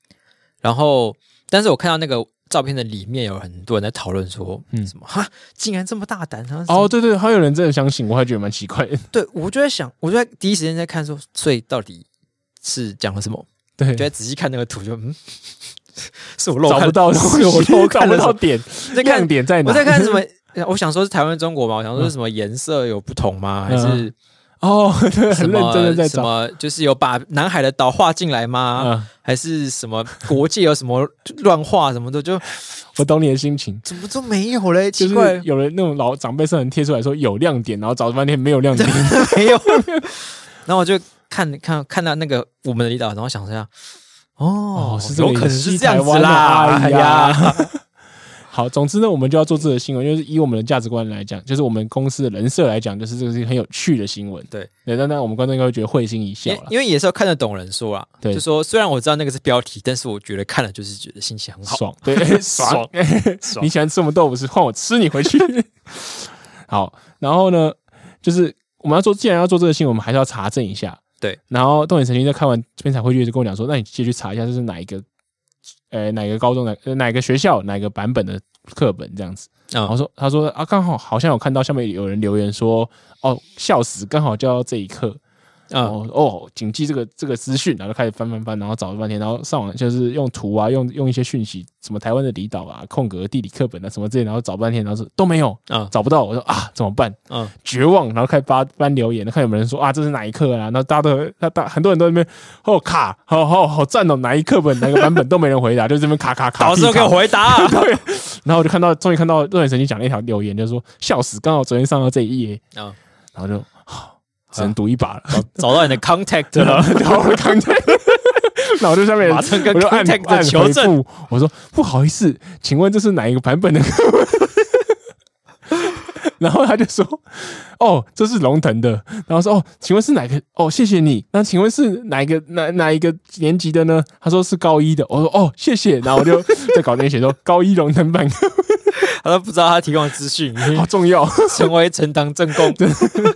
然后，但是我看到那个照片的里面有很多人在讨论说，嗯，什么哈，竟然这么大胆，然后什么哦，对对，还有人真的相信，我还觉得蛮奇怪的。 对我就在想，我就在第一时间在看说，所以到底是讲了什么？对就，在仔细看那个图就，嗯， 是我漏找看不 到，是我我漏找看不了什到么？点，在亮看点在哪？我在看什么？我想说是台湾中国嘛，我想说是什么颜色有不同吗？还是哦，对，什很认么真的在什找。么？啊就是有把南海的岛画进来吗？嗯，还是什么国界有什么乱画什么的？就我懂你的心情。怎么都没有嘞，就奇怪是有人那种老长辈是很贴出来说有亮点，然后找了半天没 有亮点。没有。然后我就看看看到那个我们的离岛，然后想一下，哦，哦是这个有可能是这样西台子湾啦，啊哎哎呀呀，好，总之呢，我们就要做这个新闻，就是以我们的价值观来讲，就是我们公司的人设来讲，就是这个是一个很有趣的新闻。对，对，但但我们观众应该会觉得会心一笑因了。因为也是要看得懂人说啊，对就说虽然我知道那个是标题，但是我觉得看了就是觉得心情很好，爽， 对，爽爽， 你喜欢吃我们豆腐是换我吃你 回去。好，然后呢，就是我们要做，既然要做这个新闻，我们还是要查证一下。对，然后动眼神经在看完这边才会去一直跟我讲说，那你继续查一下，这是哪一个，呃，哪个高中的、呃、哪个学校哪个版本的课本这样子。嗯然后说，他说啊，刚好好像有看到下面有人留言说，哦，笑死，刚好教到这一课，然嗯后哦，谨记这个这个资讯，然后就开始翻翻翻，然后找了半天，然后上网就是用图啊，用用一些讯息，什么台湾的离岛啊、空格地理课本啊什么之类，然后找半天，然后说啊都没有，嗯找不到，我说啊怎么办？嗯，绝望，然后开始翻翻留言，看有没有人说啊这是哪一课啊？然后大家都他大很多人都在那边哦卡，好好好赞哦，哪一课本哪个版本都没人回答，就这边卡 卡卡。导师屁给卡我回答，啊 然后我就看到，终于看到热眼神经讲了一条留言，就说笑死，刚好昨天上到这一页，嗯，然后就。 只啊能赌一把了，找到你的 contact 然 了，后然后我刚才，然后我就下面马上跟我就按 contact 按求证回复，我说不好意思，请问这是哪一个版本的 课文？然后他就说：“哦，这是龙腾的。”然后说：“哦，请问是哪个？哦，谢谢你。那请问是哪一个哪哪一个年级的呢？”他说是高一的。我说：“哦，谢谢。”然后我 就在稿件写说：“高一龙腾版课他都不知道他提供的资讯， 好重要。成为陈塘正供。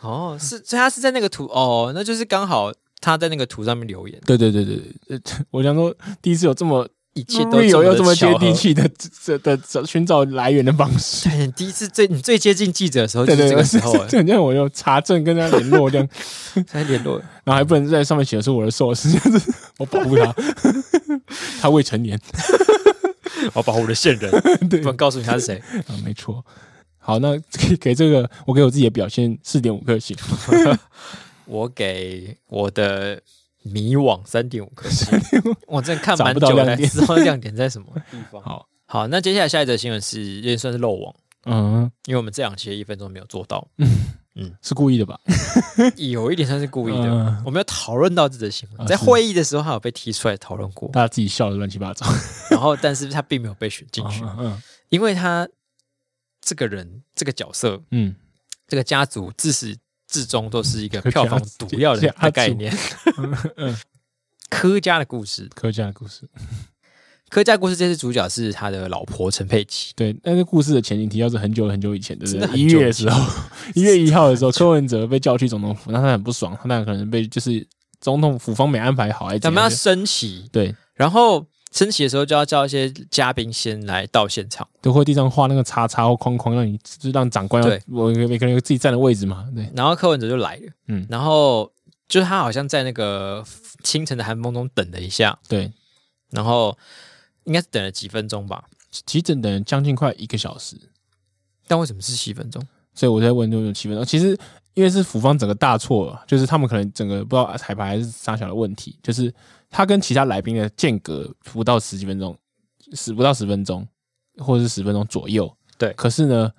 哦，是，所以他是在那个图哦，那就是刚好他在那个图上面留言”，对对对对，对呃 我想说第一次有这么一切都 real 又这么接地气。气的这这的寻找来源的方式。对，你第一次最你最接近记者的时候就对是对这对，个时候哎就很像我有查证跟他联络这样，才联络。然后还不能在上面写的是我的硕士，就是我保护他， 他未成年我保护我的线人， 对不能告诉你他是 谁。啊，没错。好，那给给这个我给我自己的表现四点五颗星，我给我的迷惘三点五颗星，我真的看蛮久找不到的，亮点知道亮点在什么地 方。好，好，那接下来下一则新闻是也算是漏网，嗯，因为我们这两期的一分钟没有做到，是故意的吧？有一点算是故意嗯的。我们有讨论到这则新啊闻，在是啊会议的时候还有被提出来讨论过，大家自己笑的乱七八糟，然后但是他并没有被选进去，嗯嗯因为他这个人这个角色嗯，这个家族自始至终都是一 个柯票房家族毒药的家族嗯概 念。柯家的故事，客家的故事，柯家故事这次主角是他的老婆陈佩琪，对，但是故事的前情提要是很久很久以前的，真的很一久月的以时候， 一月一号的时候，柯文哲被叫去总统府，那他很不爽，他那可能被就是总统府方没安排好，还是咱怎们要样就升旗，对，然后升旗的时候就要叫一些嘉宾先来到现场，都会地上画那个叉叉或框框，让你就是让长官要对我每个人有自己站的位置嘛。对，然后柯文哲就来了，嗯嗯，然后就是他好像在那个清晨的寒风中等了一下，对，然后应该是等了几分钟吧，其实整等将近快一个小时，但为什么是七分钟？所以我在问就有七分钟。呃其实因为是府方整个大错，就是他们可能整个不知道彩排还是啥小的问题，就是他跟其他来宾的间隔不到十几分钟，十不到十分钟，或者是十分钟左右。对可是呢，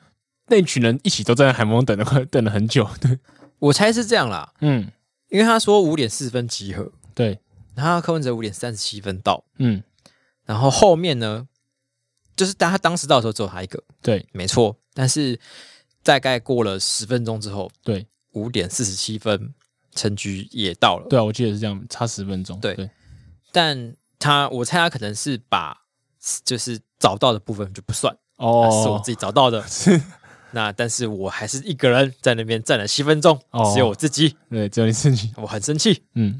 那群人一起都站在海风等了快等了很久。对，我猜是这样啦，嗯，因为他说五点四十分集合，对，然后柯文哲五点三十七分到，嗯，然后后面呢，就是当他当时到的时候只有他一个，对没错，但是大概过了十分钟之后，对五点四十七分，陈菊也到了，对啊，我记得是这样，差十分钟。对对。但他我猜他可能是把就是找到的部分就不算，哦，啊是我自己找到的，是那但是我还是一个人在那边站了七分钟，哦 只有我自己，对，只有你自己。我很生气。嗯，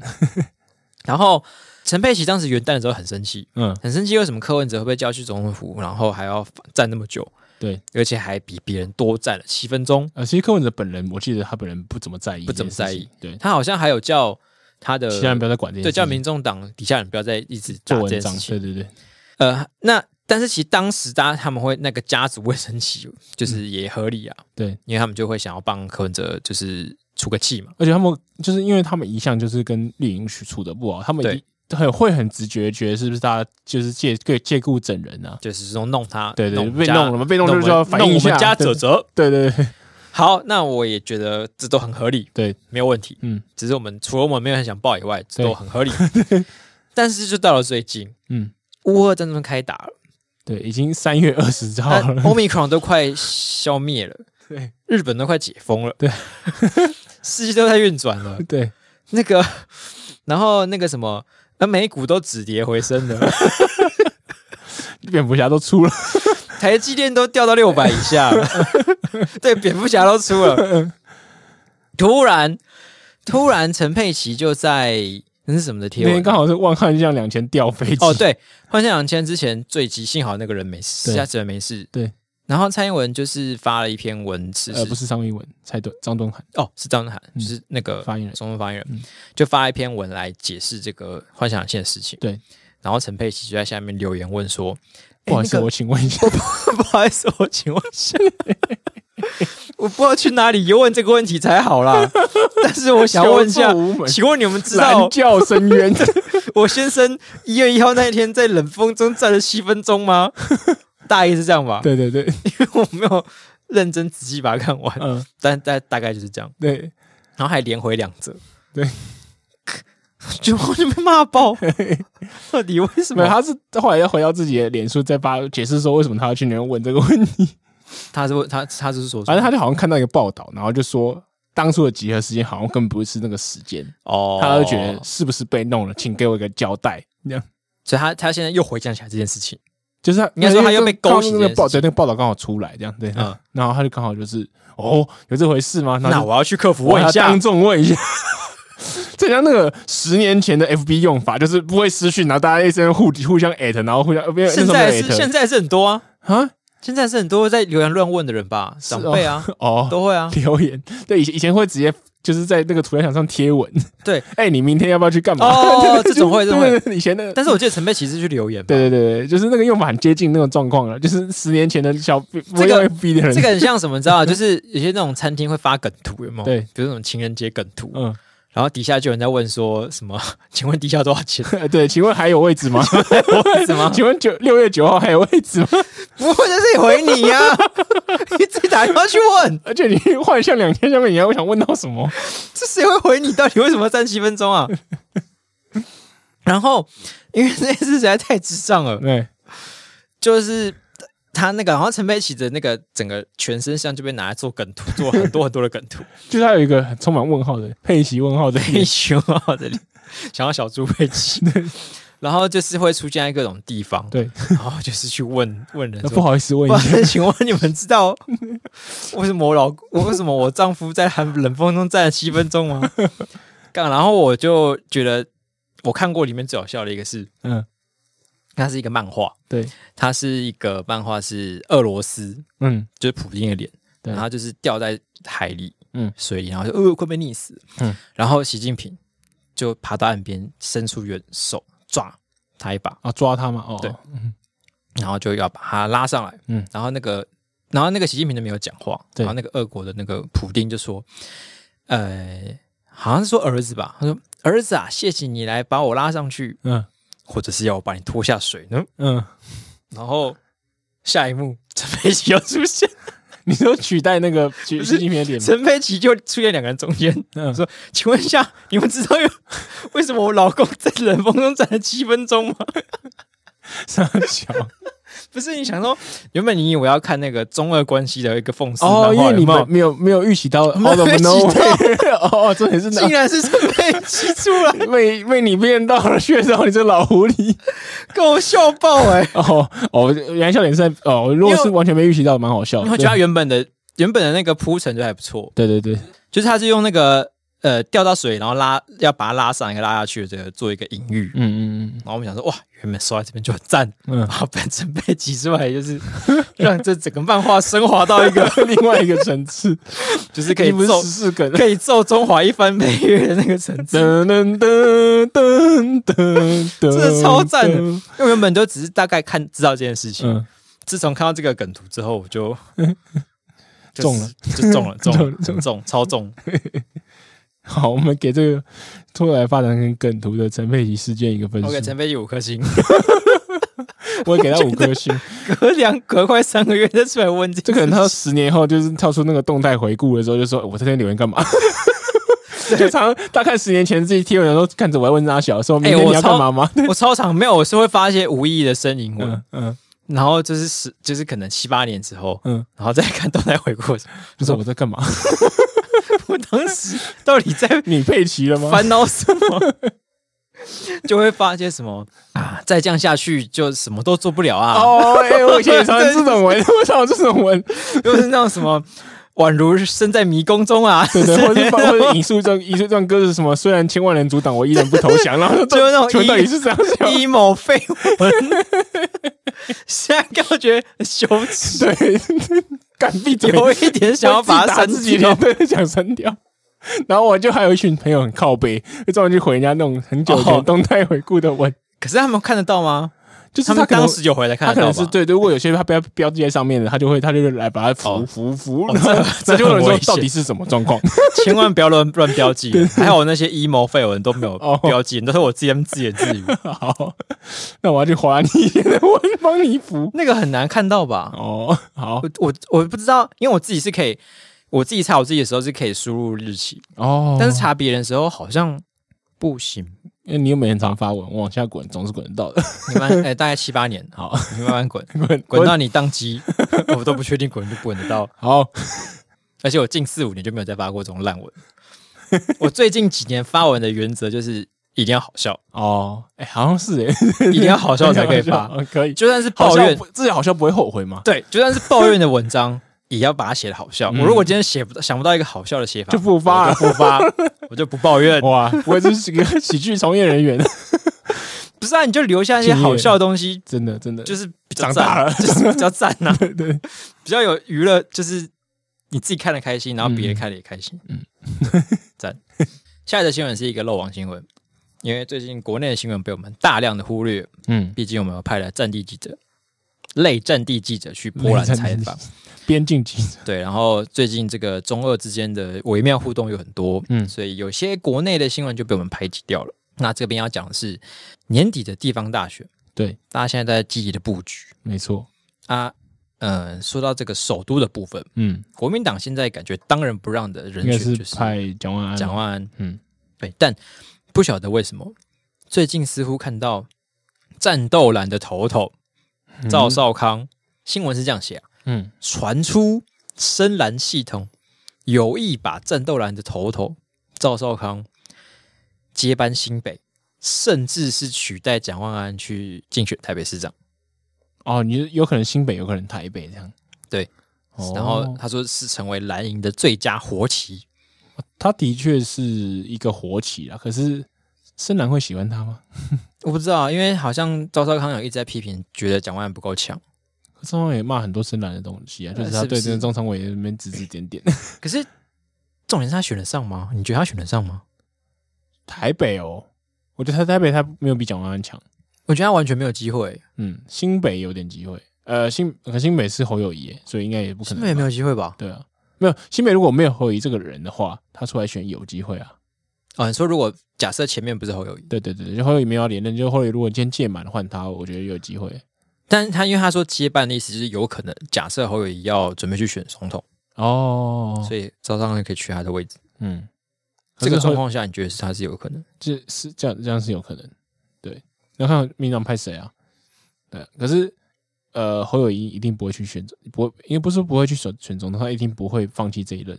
然后陈佩琪当时元旦的时候很生气，嗯，很生气为什么柯文哲会被叫去总统府，然后还要站那么久，对，而且还比别人多站了七分钟。呃，其实柯文哲本人，我记得他本人不怎么在意，不怎么在意，对，他好像还有叫他的其他人不要再管这件事对情，叫民众党底下人不要再一直打做这文件章事，情。对对对，呃，那但是其实当时大家他们会那个家族会生气，就是也合理啊，对，因为他们就会想要帮柯文哲就是出个气嘛。而且他们就是因为他们一向就是跟绿营处的不好，他们对一定很会很直觉觉得是不是大家就是借借借故整人啊？就是说弄他，对对弄我们被家弄了嘛被弄我就是要反应一弄我下们家对哲哲，对对对好，那我也觉得这都很合理，对，没有问题。嗯只是我们除了我们没有很想报以外，这对都很合理。 但是就到了最近，嗯，乌俄战争开打了，对，已经三月二十号那了， Omicron 都快消灭了， 对日本都快解封了，对， 世界都在运转了。对，那个，然后那个什么，那美股都止跌回升了，蝙蝠侠都出了，台积电都掉到六百以下 了，对，蝙蝠侠都出了。突然，突然，陈佩琪就在那是什么的贴 那天文刚啊？好是万汉向两千掉飞机，哦，对，幻象两千之前最急，幸好那个人没事，对其他人没事。对，然后蔡英文就是发了一篇文，是呃，不是张一文，蔡敦张敦涵哦，是张翰，就是那个发言人中文发言人嗯，就发一篇文来解释这个幻想线的事情。对，然后陈佩琪就在下面留言问说：“不好意思，哎诶那个我请问一 下， 不好意思，我请问一下， 我不知道去哪里问这个问题才好啦。 但是我想问一下求助无，门请问你们知蓝道教深 渊，我先生一月一号那一天在冷风中站了七分钟 吗？大意是这样吧？对对对，因为 我没有认真仔细把它看完，嗯，但大大概就是这样。对，然后还连回两折，对， 就我就被骂 爆，到底为什没么？有，他是后来又回到自己的脸书，再发解释说为什么他要去那边问这 个问题。他是问他他是说什么，反正他就好像看到一个报道，然后就说当初的集合时间好像根本不是那个时间，哦，他就觉得，是不是被弄了，请给我一个交代。这样所以他他现在又回想起来这件事情，就是他应该说他又被勾起刚刚这件那事个报对那个报道刚好出来，这样对，嗯然后他就刚好就是哦，有这回事吗？然那后就我要去客服问一我要下 当，众问一下。这像那个十年前的 FB 用法，就是不会私讯，然后大家一直互互相 at，然后互相呃没有那时现候没在有是 at 现在是很多啊，啊现在是很多在留言乱问的人吧，哦长辈啊 哦都会啊，留言，对以前以前会直接就是在那个涂鸦墙上贴文，对，哎、你明天要不要去干嘛？哦就是这种会这种会对对对以前的，但是我记得陈佩琪是去留言吧，对对对对，就是那个用法很接近那种状况了，就是十年前的小不这个用 FB 的人，这个很像什么，你知道吗？ 就是有些那种餐厅会发梗图，有没有？对比如那种情人节梗图，嗯。然后底下就有人在问说什么？ 请问底下多少钱？对，请问还有位置吗？什么？请问九六月九号还有位置吗？ 我会在这里回你 呀、你自己打电话去问，而且你幻象两千下面，你还会想问到什么？ 这谁会回你？到底为什么要站七分钟 啊？然后，因为这件事实在太智障了，对，就是他那个，然后陈佩琪的那个整个全身像就被拿来做梗图，做很多很多的梗 图，就是他有一个很充满问号的佩奇问号的佩奇 很好这里，想要小猪佩奇，然后就是会出现在各种地方，对，然后就是去问问人那说，不好意思问一不下，是，请问你们知道为什么我老我为什么我丈夫在寒冷风中站了七分钟吗？刚，然后我就觉得我看过里面最好笑的一个是，嗯，它是一个漫画，对，它是一个漫画是俄罗斯，嗯，就是普京的脸，对然后就是掉在海里，嗯水里，然后就呃快被溺死，嗯，然后习近平就爬到岸边，伸出援手抓他一把，啊，抓他嘛，哦，对然后就要把他拉上来，嗯嗯，然后那个，然后那个习近平就没有讲话，对然后那个俄国的那个普丁就说，呃，好像是说儿子吧，他说儿子啊，谢谢你来把我拉上去，嗯或者是要我把你拖下水呢。嗯， 然后下一幕，陈佩琪又出现，你说取代那个取习近平的脸吗？陈佩琪就出现两个人中间，嗯，说，请问一下，你们知道有为什么我老公在冷风中站了七分钟吗？三小 不是你想说，原本你以为要看那个中俄关系的一个讽刺漫画哦，因为有你没有们没有没有预习到，没有哦，怎么预习 no？到 哦，重点是那竟然是陈佩琪出来，被被你变到了血到你这老狐狸。 够笑爆哎、哦哦，原来笑点是在哦，如果是完全没预习到，蛮好笑 你的。会觉得他原本的原本的那个铺陈就还不错，对对对对就是他是用那个呃掉到水，然后拉要把它拉上，一个拉下去，这个做一个隐喻。嗯嗯然后我们想说，哇，原本说在这边就很赞，嗯然后本身被挤出来，就是让这整个漫画升华到一 个嗯，另外一个层次，就是可以不是奏十四 梗，可以奏中华一番配乐的那个层次。 噔噔噔噔噔噔，这是超赞的，因为原本都只是大概看知道这件事情，嗯，自从看到这个梗图之后，我 就就是中了，就中了，中 中了了，很中，超中。好，我们给这个后来发展跟梗图的陈佩琪事件一个分我给数，陈飞宇五颗星， 我也给他五颗星。隔两隔快三个月再出来问这这可个能他十年后就是跳出那个动态回顾的时候，就说我在这边留言 干嘛？就常常大概十年前自己贴文的时候，看着我还问他小说，明哎天我你要干超嘛吗？我超常没有，我是会发一些无意义的呻吟文，嗯嗯，然后就是十，就是可能七八年之后，嗯然后再看动态回顾的时候，就是我在干嘛？ 我当时到底在你配齐了吗？烦恼什么？ 就会发现什么啊，再这样下去就什么都做不了啊， 哦，哎，我以前 也常常这种文，我常常这种文，就是那种什么。宛如身在迷宫中啊， 对对，或者是或者是引述这种引述这种歌是什么？虽然千万人阻挡，我依然不投降。然后 就就是那种全一到底是这样想， emo 废文，现在看我觉得很羞耻，对， 敢闭嘴，有一点想要把它删自己掉打自己。脸，对，想删掉。然后我就还有一群朋友很靠背，就专门去回人家那种很久以哦前动态回顾的文，可是他们看得到吗？就是他们他可能当时有回来看得他可到能吧？是对，对如果有些他标标记在上面的，他就会他就会来把它哦扶扶扶，哦然后这那就有人这很说危险到底是什么状况？ 千万不要乱乱标记，还好我那些 emo 废文都没有哦标记，都是我自己在那边自言 自语，好，那我要去划你一点的文，帮你扶。那个很难看到吧？哦，好我我我不知道，因为我自己是可以，我自己查我自己的时候是可以输入日期，哦，但是查别人的时候好像不行。因为你又没很常发文，往下滚总是滚得到的。你慢，哎、大概七八年，好，你慢慢滚， 滚滚到你宕机，我都不确定滚就滚得到。好，而且我近四五年就没有再发过这种烂文。我最近几年发文的原则就是一定要好 笑，哦，哎、好像是哎、一定要 好笑才可以发，嗯可以。就算是好抱像怨，不自己好像不会后悔吗？对，就算是抱怨的文章，也要把它写的好笑。我如果今天写不到，想不到一个好笑的写法，嗯就不发我就不发，我就不抱 怨。 哇，我真是一个喜剧从业人员， 不是啊，你就留下一些好笑的东西，真的真的就是是比较长赞大了就是比较赞呐、 对对，比较有娱乐，就是你自己看的开心，然后别人看的也开心。嗯，赞。 下一则新闻是一个漏网新闻，因为最近国内的新闻被我们大量的忽略，嗯，毕竟我们有派了战地记者。类战地记者去波兰采访，边境记者，对，然后最近这个中俄之间的微妙互动有很多，嗯，嗯所以有些国内的新闻就被我们排挤掉了。那这边要讲的是年底的地方大选，对，大家现在在积极的布局没错，啊。嗯，说到这个首都的部分，嗯，国民党现在感觉当仁不让的人应该选是就是派蒋万安，蒋，万安，嗯，对，但不晓得为什么最近似乎看到战斗蓝的头头赵少康，新闻是这样写啊嗯，传出深蓝系统有意把战斗蓝的头头赵少康接班新北，甚至是取代蒋万安去竞选台北市长。哦，你有可能新北，有可能台北这样，对哦，然后他说是成为蓝营的最佳活棋，他的确是一个火起啦，可是深蓝会喜欢他吗？我不知道啊，因为好像赵少康有一直在批评，觉得蒋万安不够强。中常也骂很多深蓝的东西啊，就是他呃是不对是这个中常委那边指指点点。可是重点是他选得上吗？你觉得他选得上吗？台北哦，我觉得他台北他没有比蒋万安强。我觉得他完全没有机会，嗯，新北有点机会。呃，新可新北是侯友谊耶，所以应该也不可新能。北也没有机会吧？对啊，没有新北如果没有侯友谊这个人的话，他出来选有机会啊。啊，你说如果假设前面不是侯友谊，对对对，就侯友谊没有要连任，就侯友谊如果今天届满换他，我觉得有机会。但他因为他说接班的意思就是有可能，假设侯友谊要准备去选总统，哦，所以赵尚康可以去他的位置。嗯，这个可是状侯况下，你觉得是他是有可能？这是这样，这样是有可能。对，要看民进党派谁啊？对，可是呃，侯友谊一定不会去选总，不会，因为不是说不会去选选总统，他一定不会放弃这一任，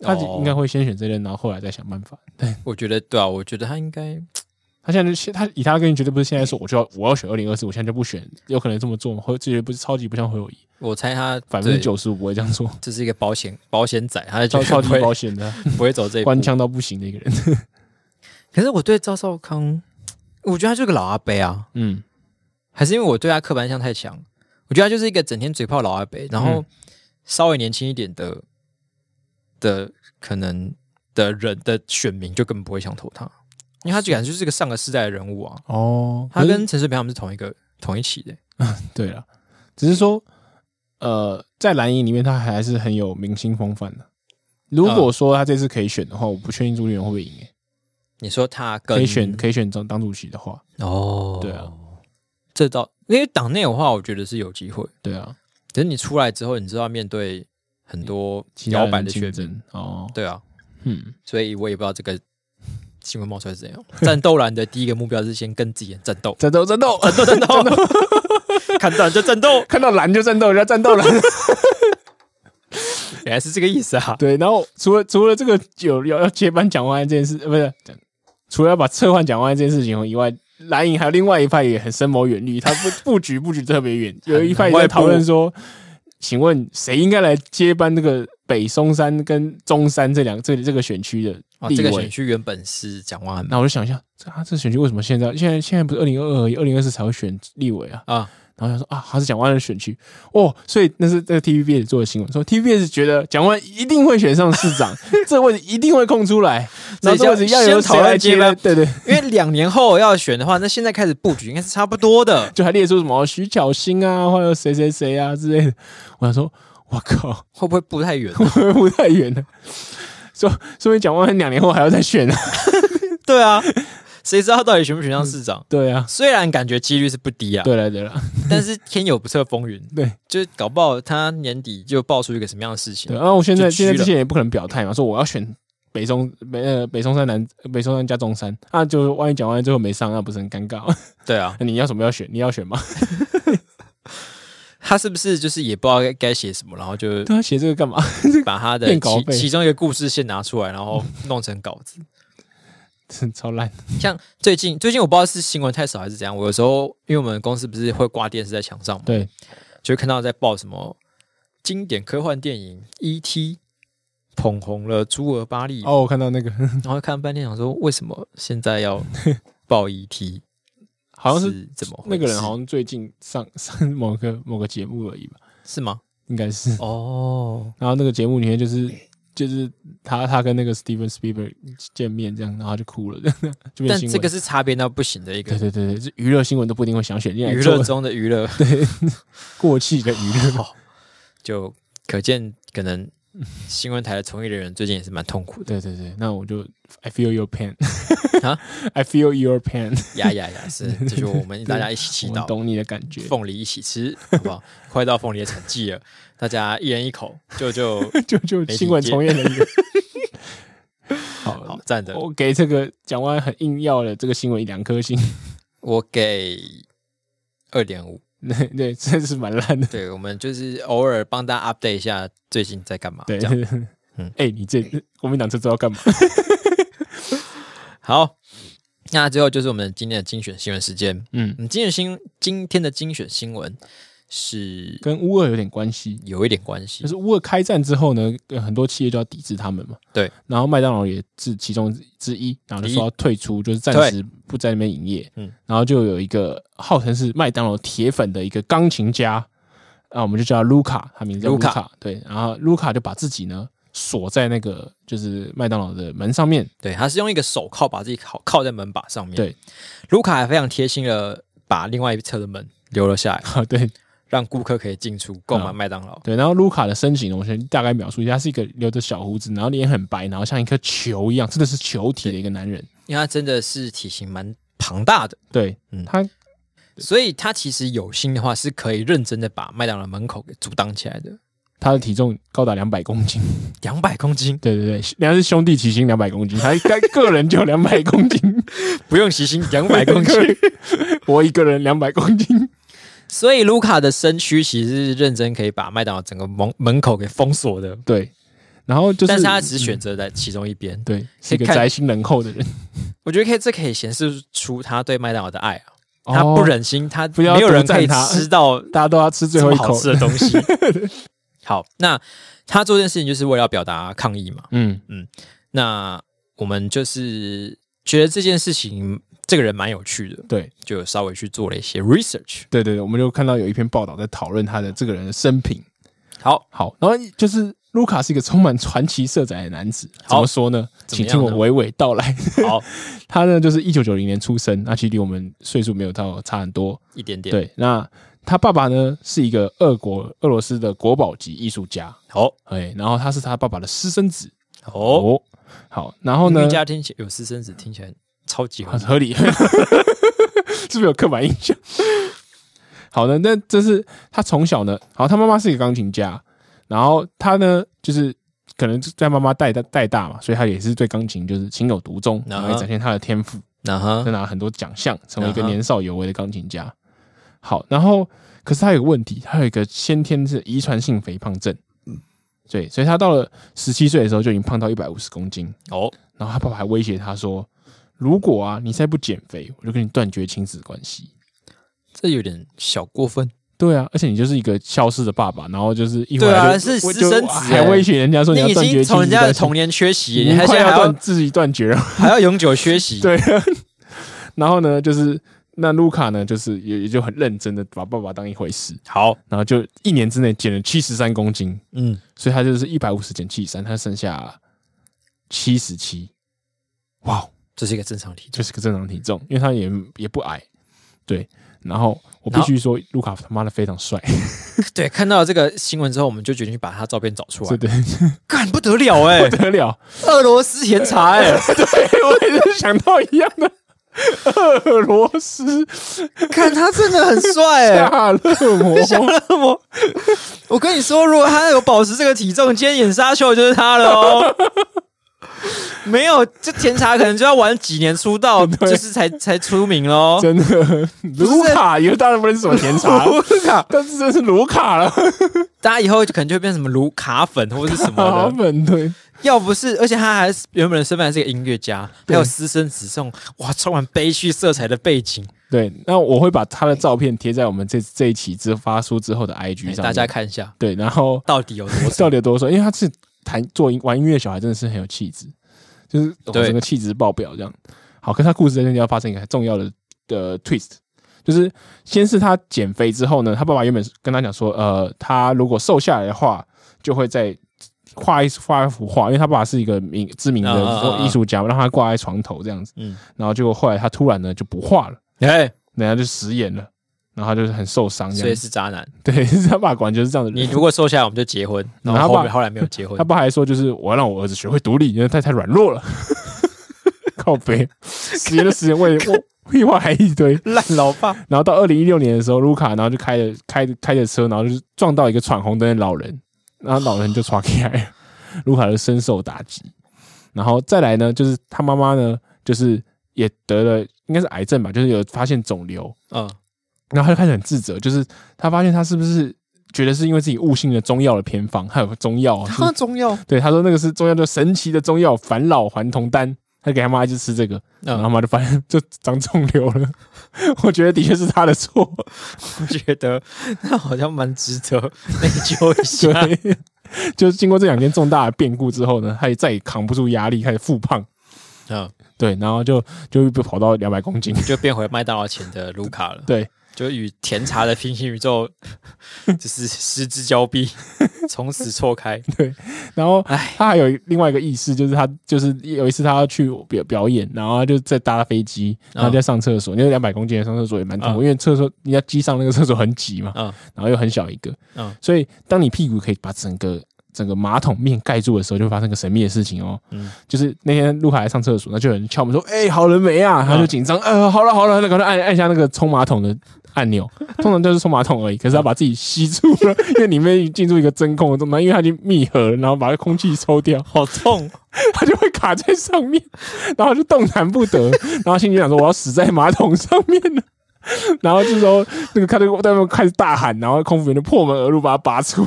他哦应该会先选这一任，然后后来再想办法。对，我觉得对啊，我觉得他应该他他现在就现他以他的个性绝对不是现在说我就要我要选二零二四，我现在就不选，有可能这么做吗？会这绝对不是超级不像侯友谊，我猜他百分之对，九十五不会这样做，这是一个保险保险仔，他就超绝超级对不保会险的，不会走这一步官。腔到不行的一个人。可是我对赵少康，我觉得他就是个老阿伯啊，嗯，还是因为我对他刻板印象太强？我觉得他就是一个整天嘴炮老阿伯，然嗯后稍微年轻一点的的可能的人的选民就根本不会想投他，因为他感觉就是个上个世代的人物啊。哦，他可是跟陈水扁他们是同一个同一期的、对了，只是说，呃，在蓝营里面，他还是很有明星风范的。如果说他这次可以选的话，我不确定朱立伦会不会赢、欸。你说他跟可以选，可以选当当主席的话，哦，对啊，这倒因为党内的话，我觉得是有机会。对啊，可是你出来之后，你知道要面对很多其他摇人摆的竞选民，争哦，对啊，嗯，所以我也不知道这个新闻冒出来是怎样。战斗栏的第一个目标是先跟自己人战 斗，战斗战斗，战斗战斗，看到人就战斗，看到蓝就战斗，人家战斗蓝。原来是这个意思啊！对，然后除了除了这个有要要接班蒋万安这件事，呃不是，讲除了要把撤换蒋万安这件事情以外，蓝营还有另外一派也很深谋远虑，他 布布局布局特别远，有一派也在讨论说，请问谁应该来接班这个北松山跟中山这两这这个选区的哦，立这个委选？区原本是蒋万安嘛那我就想一下，这啊这选区为什么现在现在现在不是二零二二二零二四才会选立委啊？啊，然后他说啊，他是蒋万安的选区哦，所以那是这个 TVBS 做的新闻，说 TVBS 觉得蒋万安一定会选上市 长，这个位置一定会空出来，然后这个位置要有先谁讨来来接接班，班对对，因为两年后要选的话，那现在开始布局应该是差不多的。就还列出什么徐巧芯啊，或者谁谁谁啊之类的。我想说，我靠，会不会步太远？会不会不太远了？啊 说说明蒋万安两年后还要再选啊？ 对啊，谁知道他到底选不选上市长？ 对啊，虽然感觉几率是不低啊，对了对了，但是天有不测风云，对就是搞不好他年底就爆出一个什么样的事对。啊情。然后我现在就虚现了在这些人也不可能表态嘛，说我要选。北中北呃北中山南北中山加中山，那、就万一蒋万安最后没上，那不是很尴尬？对啊，那你要什么要选？你要选吗？ 他是不是就是也不知道该该写什么，然后就对啊，写这个干嘛？ 把他的骗稿其费其中一个故事线拿出来，然后弄成稿子。 真超烂。像最近最近我不知道是新闻太少还是怎样，我有时候因为我们公司不是会挂电视在墙上嘛，对，就会看到在报什么经典科幻电影《E.T.》捧红了朱尔巴利，哦，我看到那个然 后看半天想说为什么现在要报《E.T.》， 好像是是怎么回事那个人，好哦像最近上 上某个某个节目而已吧，是吗？应该是。哦，然后那个节目里面就是就是他他跟那个 Steven Spielberg 见面这样，然后就哭了， 就变但新这闻个。是差别到不行的一对个对对对，这娱乐新闻都不一定会想选，因为娱做乐中的娱乐。 过气的娱 乐。哦，就可见可 能新闻台的从业人员最近也是蛮痛苦的，对对对，那我就 I feel your pain 啊 i feel your pain，呀呀呀， 是，这就我们大家一起祈我们祷，懂你的感觉，凤梨一起吃，好不好？ 快到凤梨的产季了，大家一人一口，就 就 就就体新闻界从业人员。好，好赞的。我给这个蒋万安很硬要的这个新闻一两颗星， 我给二点五，对对，真是蛮烂的。对我们就是偶尔帮大家 update 一下最近在干嘛，对这，样嗯， 哎、你这国民党这周要干嘛？好。那最后就是我们今天的精选新闻时间。嗯，嗯，精选新今天的精选新闻是 跟乌俄有点关系，有一点关系就，是乌俄开战之后呢，呃很多企业就要抵制他们嘛。对，然后麦当劳也是其中之一，然后就说要退出，就是暂时不在那边营业。嗯嗯，然后就有一个号称是麦当劳铁粉的一个钢琴家，啊，我们就叫卢卡，他名字叫卢 Luca 卡。对，然后卢卡就把自己呢锁在那个就是麦当劳的门上面。对，他是用一个手铐把自己铐铐在门把上面。对，卢卡还非常贴心的把另外一侧的门留了下来，啊， 对，让顾客可以进出购买嗯麦当劳。对，然后卢卡的身形呢，我先大概描述一下，他是一个留着小胡子，然后脸很白，然后像一颗球一样，真的是球体的一个男人。因为他真的是体型蛮庞大的，对，嗯他所以他其实有心的话是可以认真的把麦当劳门口给阻挡起来的。他的体重高达两百公斤。两百公斤，对对对，人家是兄弟齐心两百公斤，他他个人就两百公斤，不用提心，两百公斤。 我一个人两百公斤。所以卢卡的身躯其实是认真可以把麦当劳整个门门口给封锁的。对，然后就是，嗯但是他只选择在其中一边。对是一个看宅心仁厚的人，我觉得可以，这可以显示出他对麦当劳的爱啊。他不忍。忍心，他哦不要没有人独占可以他吃到大家都要吃 最这后么一好口。吃的东 西。好，那他做这件事情就是为了要表达抗议嘛。嗯，那我们就是觉得这件事情，这个人蛮有趣的，对就稍微去做了一些 research。对对对，我们就看到有一篇报道在讨论他的这个人的生平。好，好，然后就是卢卡是一个充满传奇色彩的男子，怎好么说呢？怎么请样呢听我娓娓道来。好他呢，就是一九九零年出生，那其实离我们岁数没有到差很多。一点点。，对，那他爸爸呢是一个俄国俄罗斯的国宝级艺术家，好，哎，然后他是他爸爸的私生子。哦，，好，然后音呢乐，家听起来有私生子，听起来超级合 很理合理，是不是有刻板印象？好的，那这是他从小呢，好，他妈妈是一个钢琴家，然后他呢就是可能是在妈妈带带带大嘛，所以他也是对钢琴就是情有独钟，然后也展现他的天赋，那啊哈就拿了很多奖项，成为一个嗯哼年少有为的钢琴家。好，然后可是他有个问题，他有一个先天是遗传性肥胖症，对，所以他到了十七岁的时候就已经胖到一百五十公斤，哦，然后他爸爸还威胁他说：“如果啊你再不减肥，我就跟你断绝亲子关系。这有点小过分。”对啊，而且你就是一个消失的爸爸，然后就是一回对啊来就是我私就生子哎还威胁人家说你要已断绝经亲从人子家的关系，童年缺席，你你还现快在还断要自己断绝了。还要永久缺席。 对啊，然后呢，就是那卢卡呢，就是也也就很认真的把爸爸当一回事，好，然后就一年之内减了七十三公斤，嗯，所以他就是一百五十减七三，他剩下七十七，哇，哦这是一个正常体重。就是个正常体重，因为他也也不矮，对。然后我必须说，卢卡他妈的非常帅，对，看到这个新闻之后，我们就决定把他照片找出对来。对，干不得了哎、不得了！ 俄罗斯甜茶哎、对我也是想到一样的，俄罗斯看他真的很帅哎、大热魔，想那么，我跟你说，如果他有保持这个体重，今天演沙秀就是他了哦。没有，这甜茶可能就要玩几年出道，就是才才出名喽。真的卢卡，以后当然不认识什么甜茶，卢卡，但是真是卢卡了，大家以后就可能就会变成什么卢卡粉或者是什么好的。粉对，要不是，而且他还是原本的身份还是个音乐家，还有私生子这种哇，充满悲剧色彩的背景，对。那我会把他的照片贴在我们这这一期之发出之后的 IG 上面，哎大家看一下对，然后到底有多少。到底有多帅？因为他是弹做音玩音乐的小孩，真的是很有气质，就是哦对整个气质爆表这样。好，可是他故事在这里要发生一个很重要的的 twist，就是先是他减肥之后呢，他爸爸原本是跟他讲说，呃，他如果瘦下来的话，就会在画一画一幅画，因为他爸爸是一个名知名啊啊啊的啊艺术家嘛，让他挂在床头这样子。 嗯，然后结果后来他突然呢就不画了，哎，人家就食言了，然后他就是很受伤这所以样子。是渣男。对， 他爸爸果然就是这样的人。你如果瘦下来，我们就结婚。然后他后爸面后来没有结婚他，爸还说，就是我要让我儿子学会独立，因为他太软弱了。靠背，十年的时间为我屁话还一堆。烂老爸。然后到二零一六年的时候，卢卡然后就开着开着开着车，然后就是撞到一个闯红灯的老人，然后老人就抓起来了，卢卡就深受打击。然后再来呢，就是他妈妈呢，就是也得了应该是癌症吧，就是有发现肿瘤，嗯，然后他就开始很自责，就是他发现他是不是觉得是因为自己误信了中药的偏方，还有中药啊，就是他中药，对，他说那个是中药，叫神奇的中药返老还童丹。他给他妈一直吃这个，然后他嗯，妈就发现就长肿瘤了。我觉得的确是他的错，我觉得那好像蛮值得内疚一 下。对，就是经过这两件重大的变故之后呢，他也再也扛不住压力，开始复胖，嗯，对，然后就就被跑到两百公斤，就变回麦当劳前的卢卡了。对，就与甜茶的平行宇 宙就是失之交臂，从此错开。然后唉他还有另外一个意识，就是他就是有一次他要去表表演，然后他就在搭飞机，然后在上厕所，因为两百公斤的上厕所也蛮痛苦，嗯因为厕所你要机上那个厕所很挤嘛，嗯然后又很小一个，嗯所以当你屁股可以把整个整个马桶面盖住的时候，就会发生个神秘的事情哦，嗯就是那天陆海来上厕所，那就有人敲门说：“哎、好人没啊？”他就紧张，呃，好了好了，那赶快按按下那个冲马桶的按钮，通常就是冲马桶而已，可是他把自己吸住了，因为里面进入一个真空的状态，因为他已经密合了，然后把空气抽掉，好痛！他就会卡在上面，然后就动弹不得，然后心里想说我要死在马桶上面了。然后这时候，那个看到他们开始大喊，然后空服员就破门而入，把他拔出。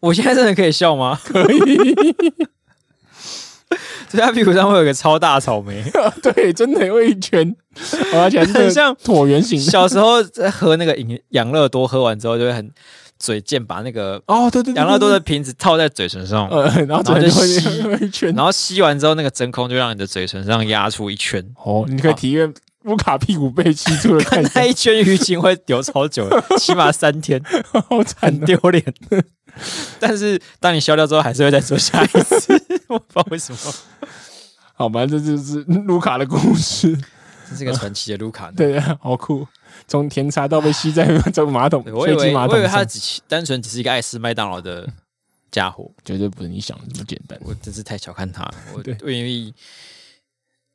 我现在真的可以笑吗？可以，所以他屁股上会有个超大草 莓。 对，真的有一圈，而且很像椭圆形的。小时候在喝那个饮养乐多，喝完之后就会很嘴贱，把那个哦，对对对， 养乐多对的瓶子套在嘴唇上， 呃，然后然后整就个会吸有一圈。然后吸完之后，那个真空就让你的嘴唇上压出一 圈，哦，你可以体验乌卡屁股被吸住的看感那觉，一圈淤青会流超久 的，起码三天，好很惨的。哦丢脸。 但是当你消掉之后，还是会再做下一次，我不知道为什么。好吧，这就是 卢卡的故事。 这是个传奇的卢卡呢。 对，啊好酷，从甜茶到被吸在 这个马桶对，我以飞机为马我以桶为他上，只是单纯只是一个爱吃麦当劳的家 伙，绝对不是你想的这么简单。我真是太小看他了。我对我愿意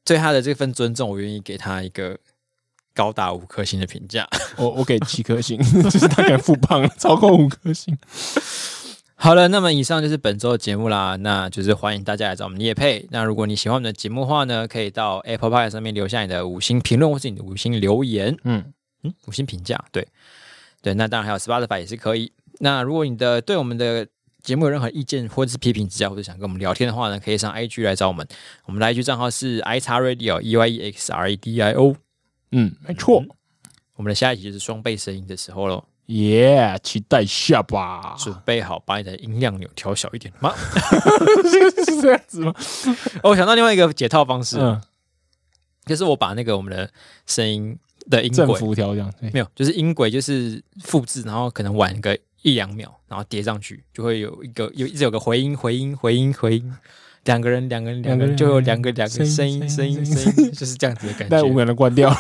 对他的这份尊重，我愿意给他一个高达五颗星的评价。我我给七颗星， 就是他可能复胖了，超过五颗星。好了，那么以上就是本周的节目啦，那就是欢迎大家来找我们叶配。那如果你喜欢我们的节目的话呢，可以到 Apple Podcast 上面留下你的五星评论或是你的五星留言，嗯，嗯，五星评价，对对。那当然还有 Spotify 也是可以。那如果你的对我们的节目有任何意见或者是批评指教，或者想跟我们聊天的话呢，可以上 IG 来找我们。我们的 IG 账号是 i x radio e y e x r a d i o。嗯，没错。我们的下一集就是双倍声音的时候喽，耶期待下吧。准备好把你的音量钮调小一点了吗？ 是这样子吗？哦，我想到另外一个解套方式，嗯，就是我把那个我们的声音的音政轨府调这样。对没有，就是音轨就是复制，然后可能晚个一两秒，然后叠上去，就会有一个有一直有个回音，回音，回音，回音，两个人，两个人，两个人，就有两个两个声音，声音，声音，就是这样子的感但五觉。秒能关掉，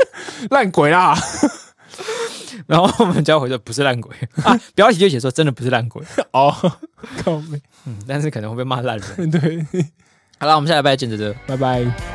烂鬼啦！ 然后我们就要回说不是烂鬼 啊，标题就写说真的不是烂鬼，哦，靠背， 嗯，但是可能会被骂烂人。 对，好了，我们下礼拜见，着这。拜拜。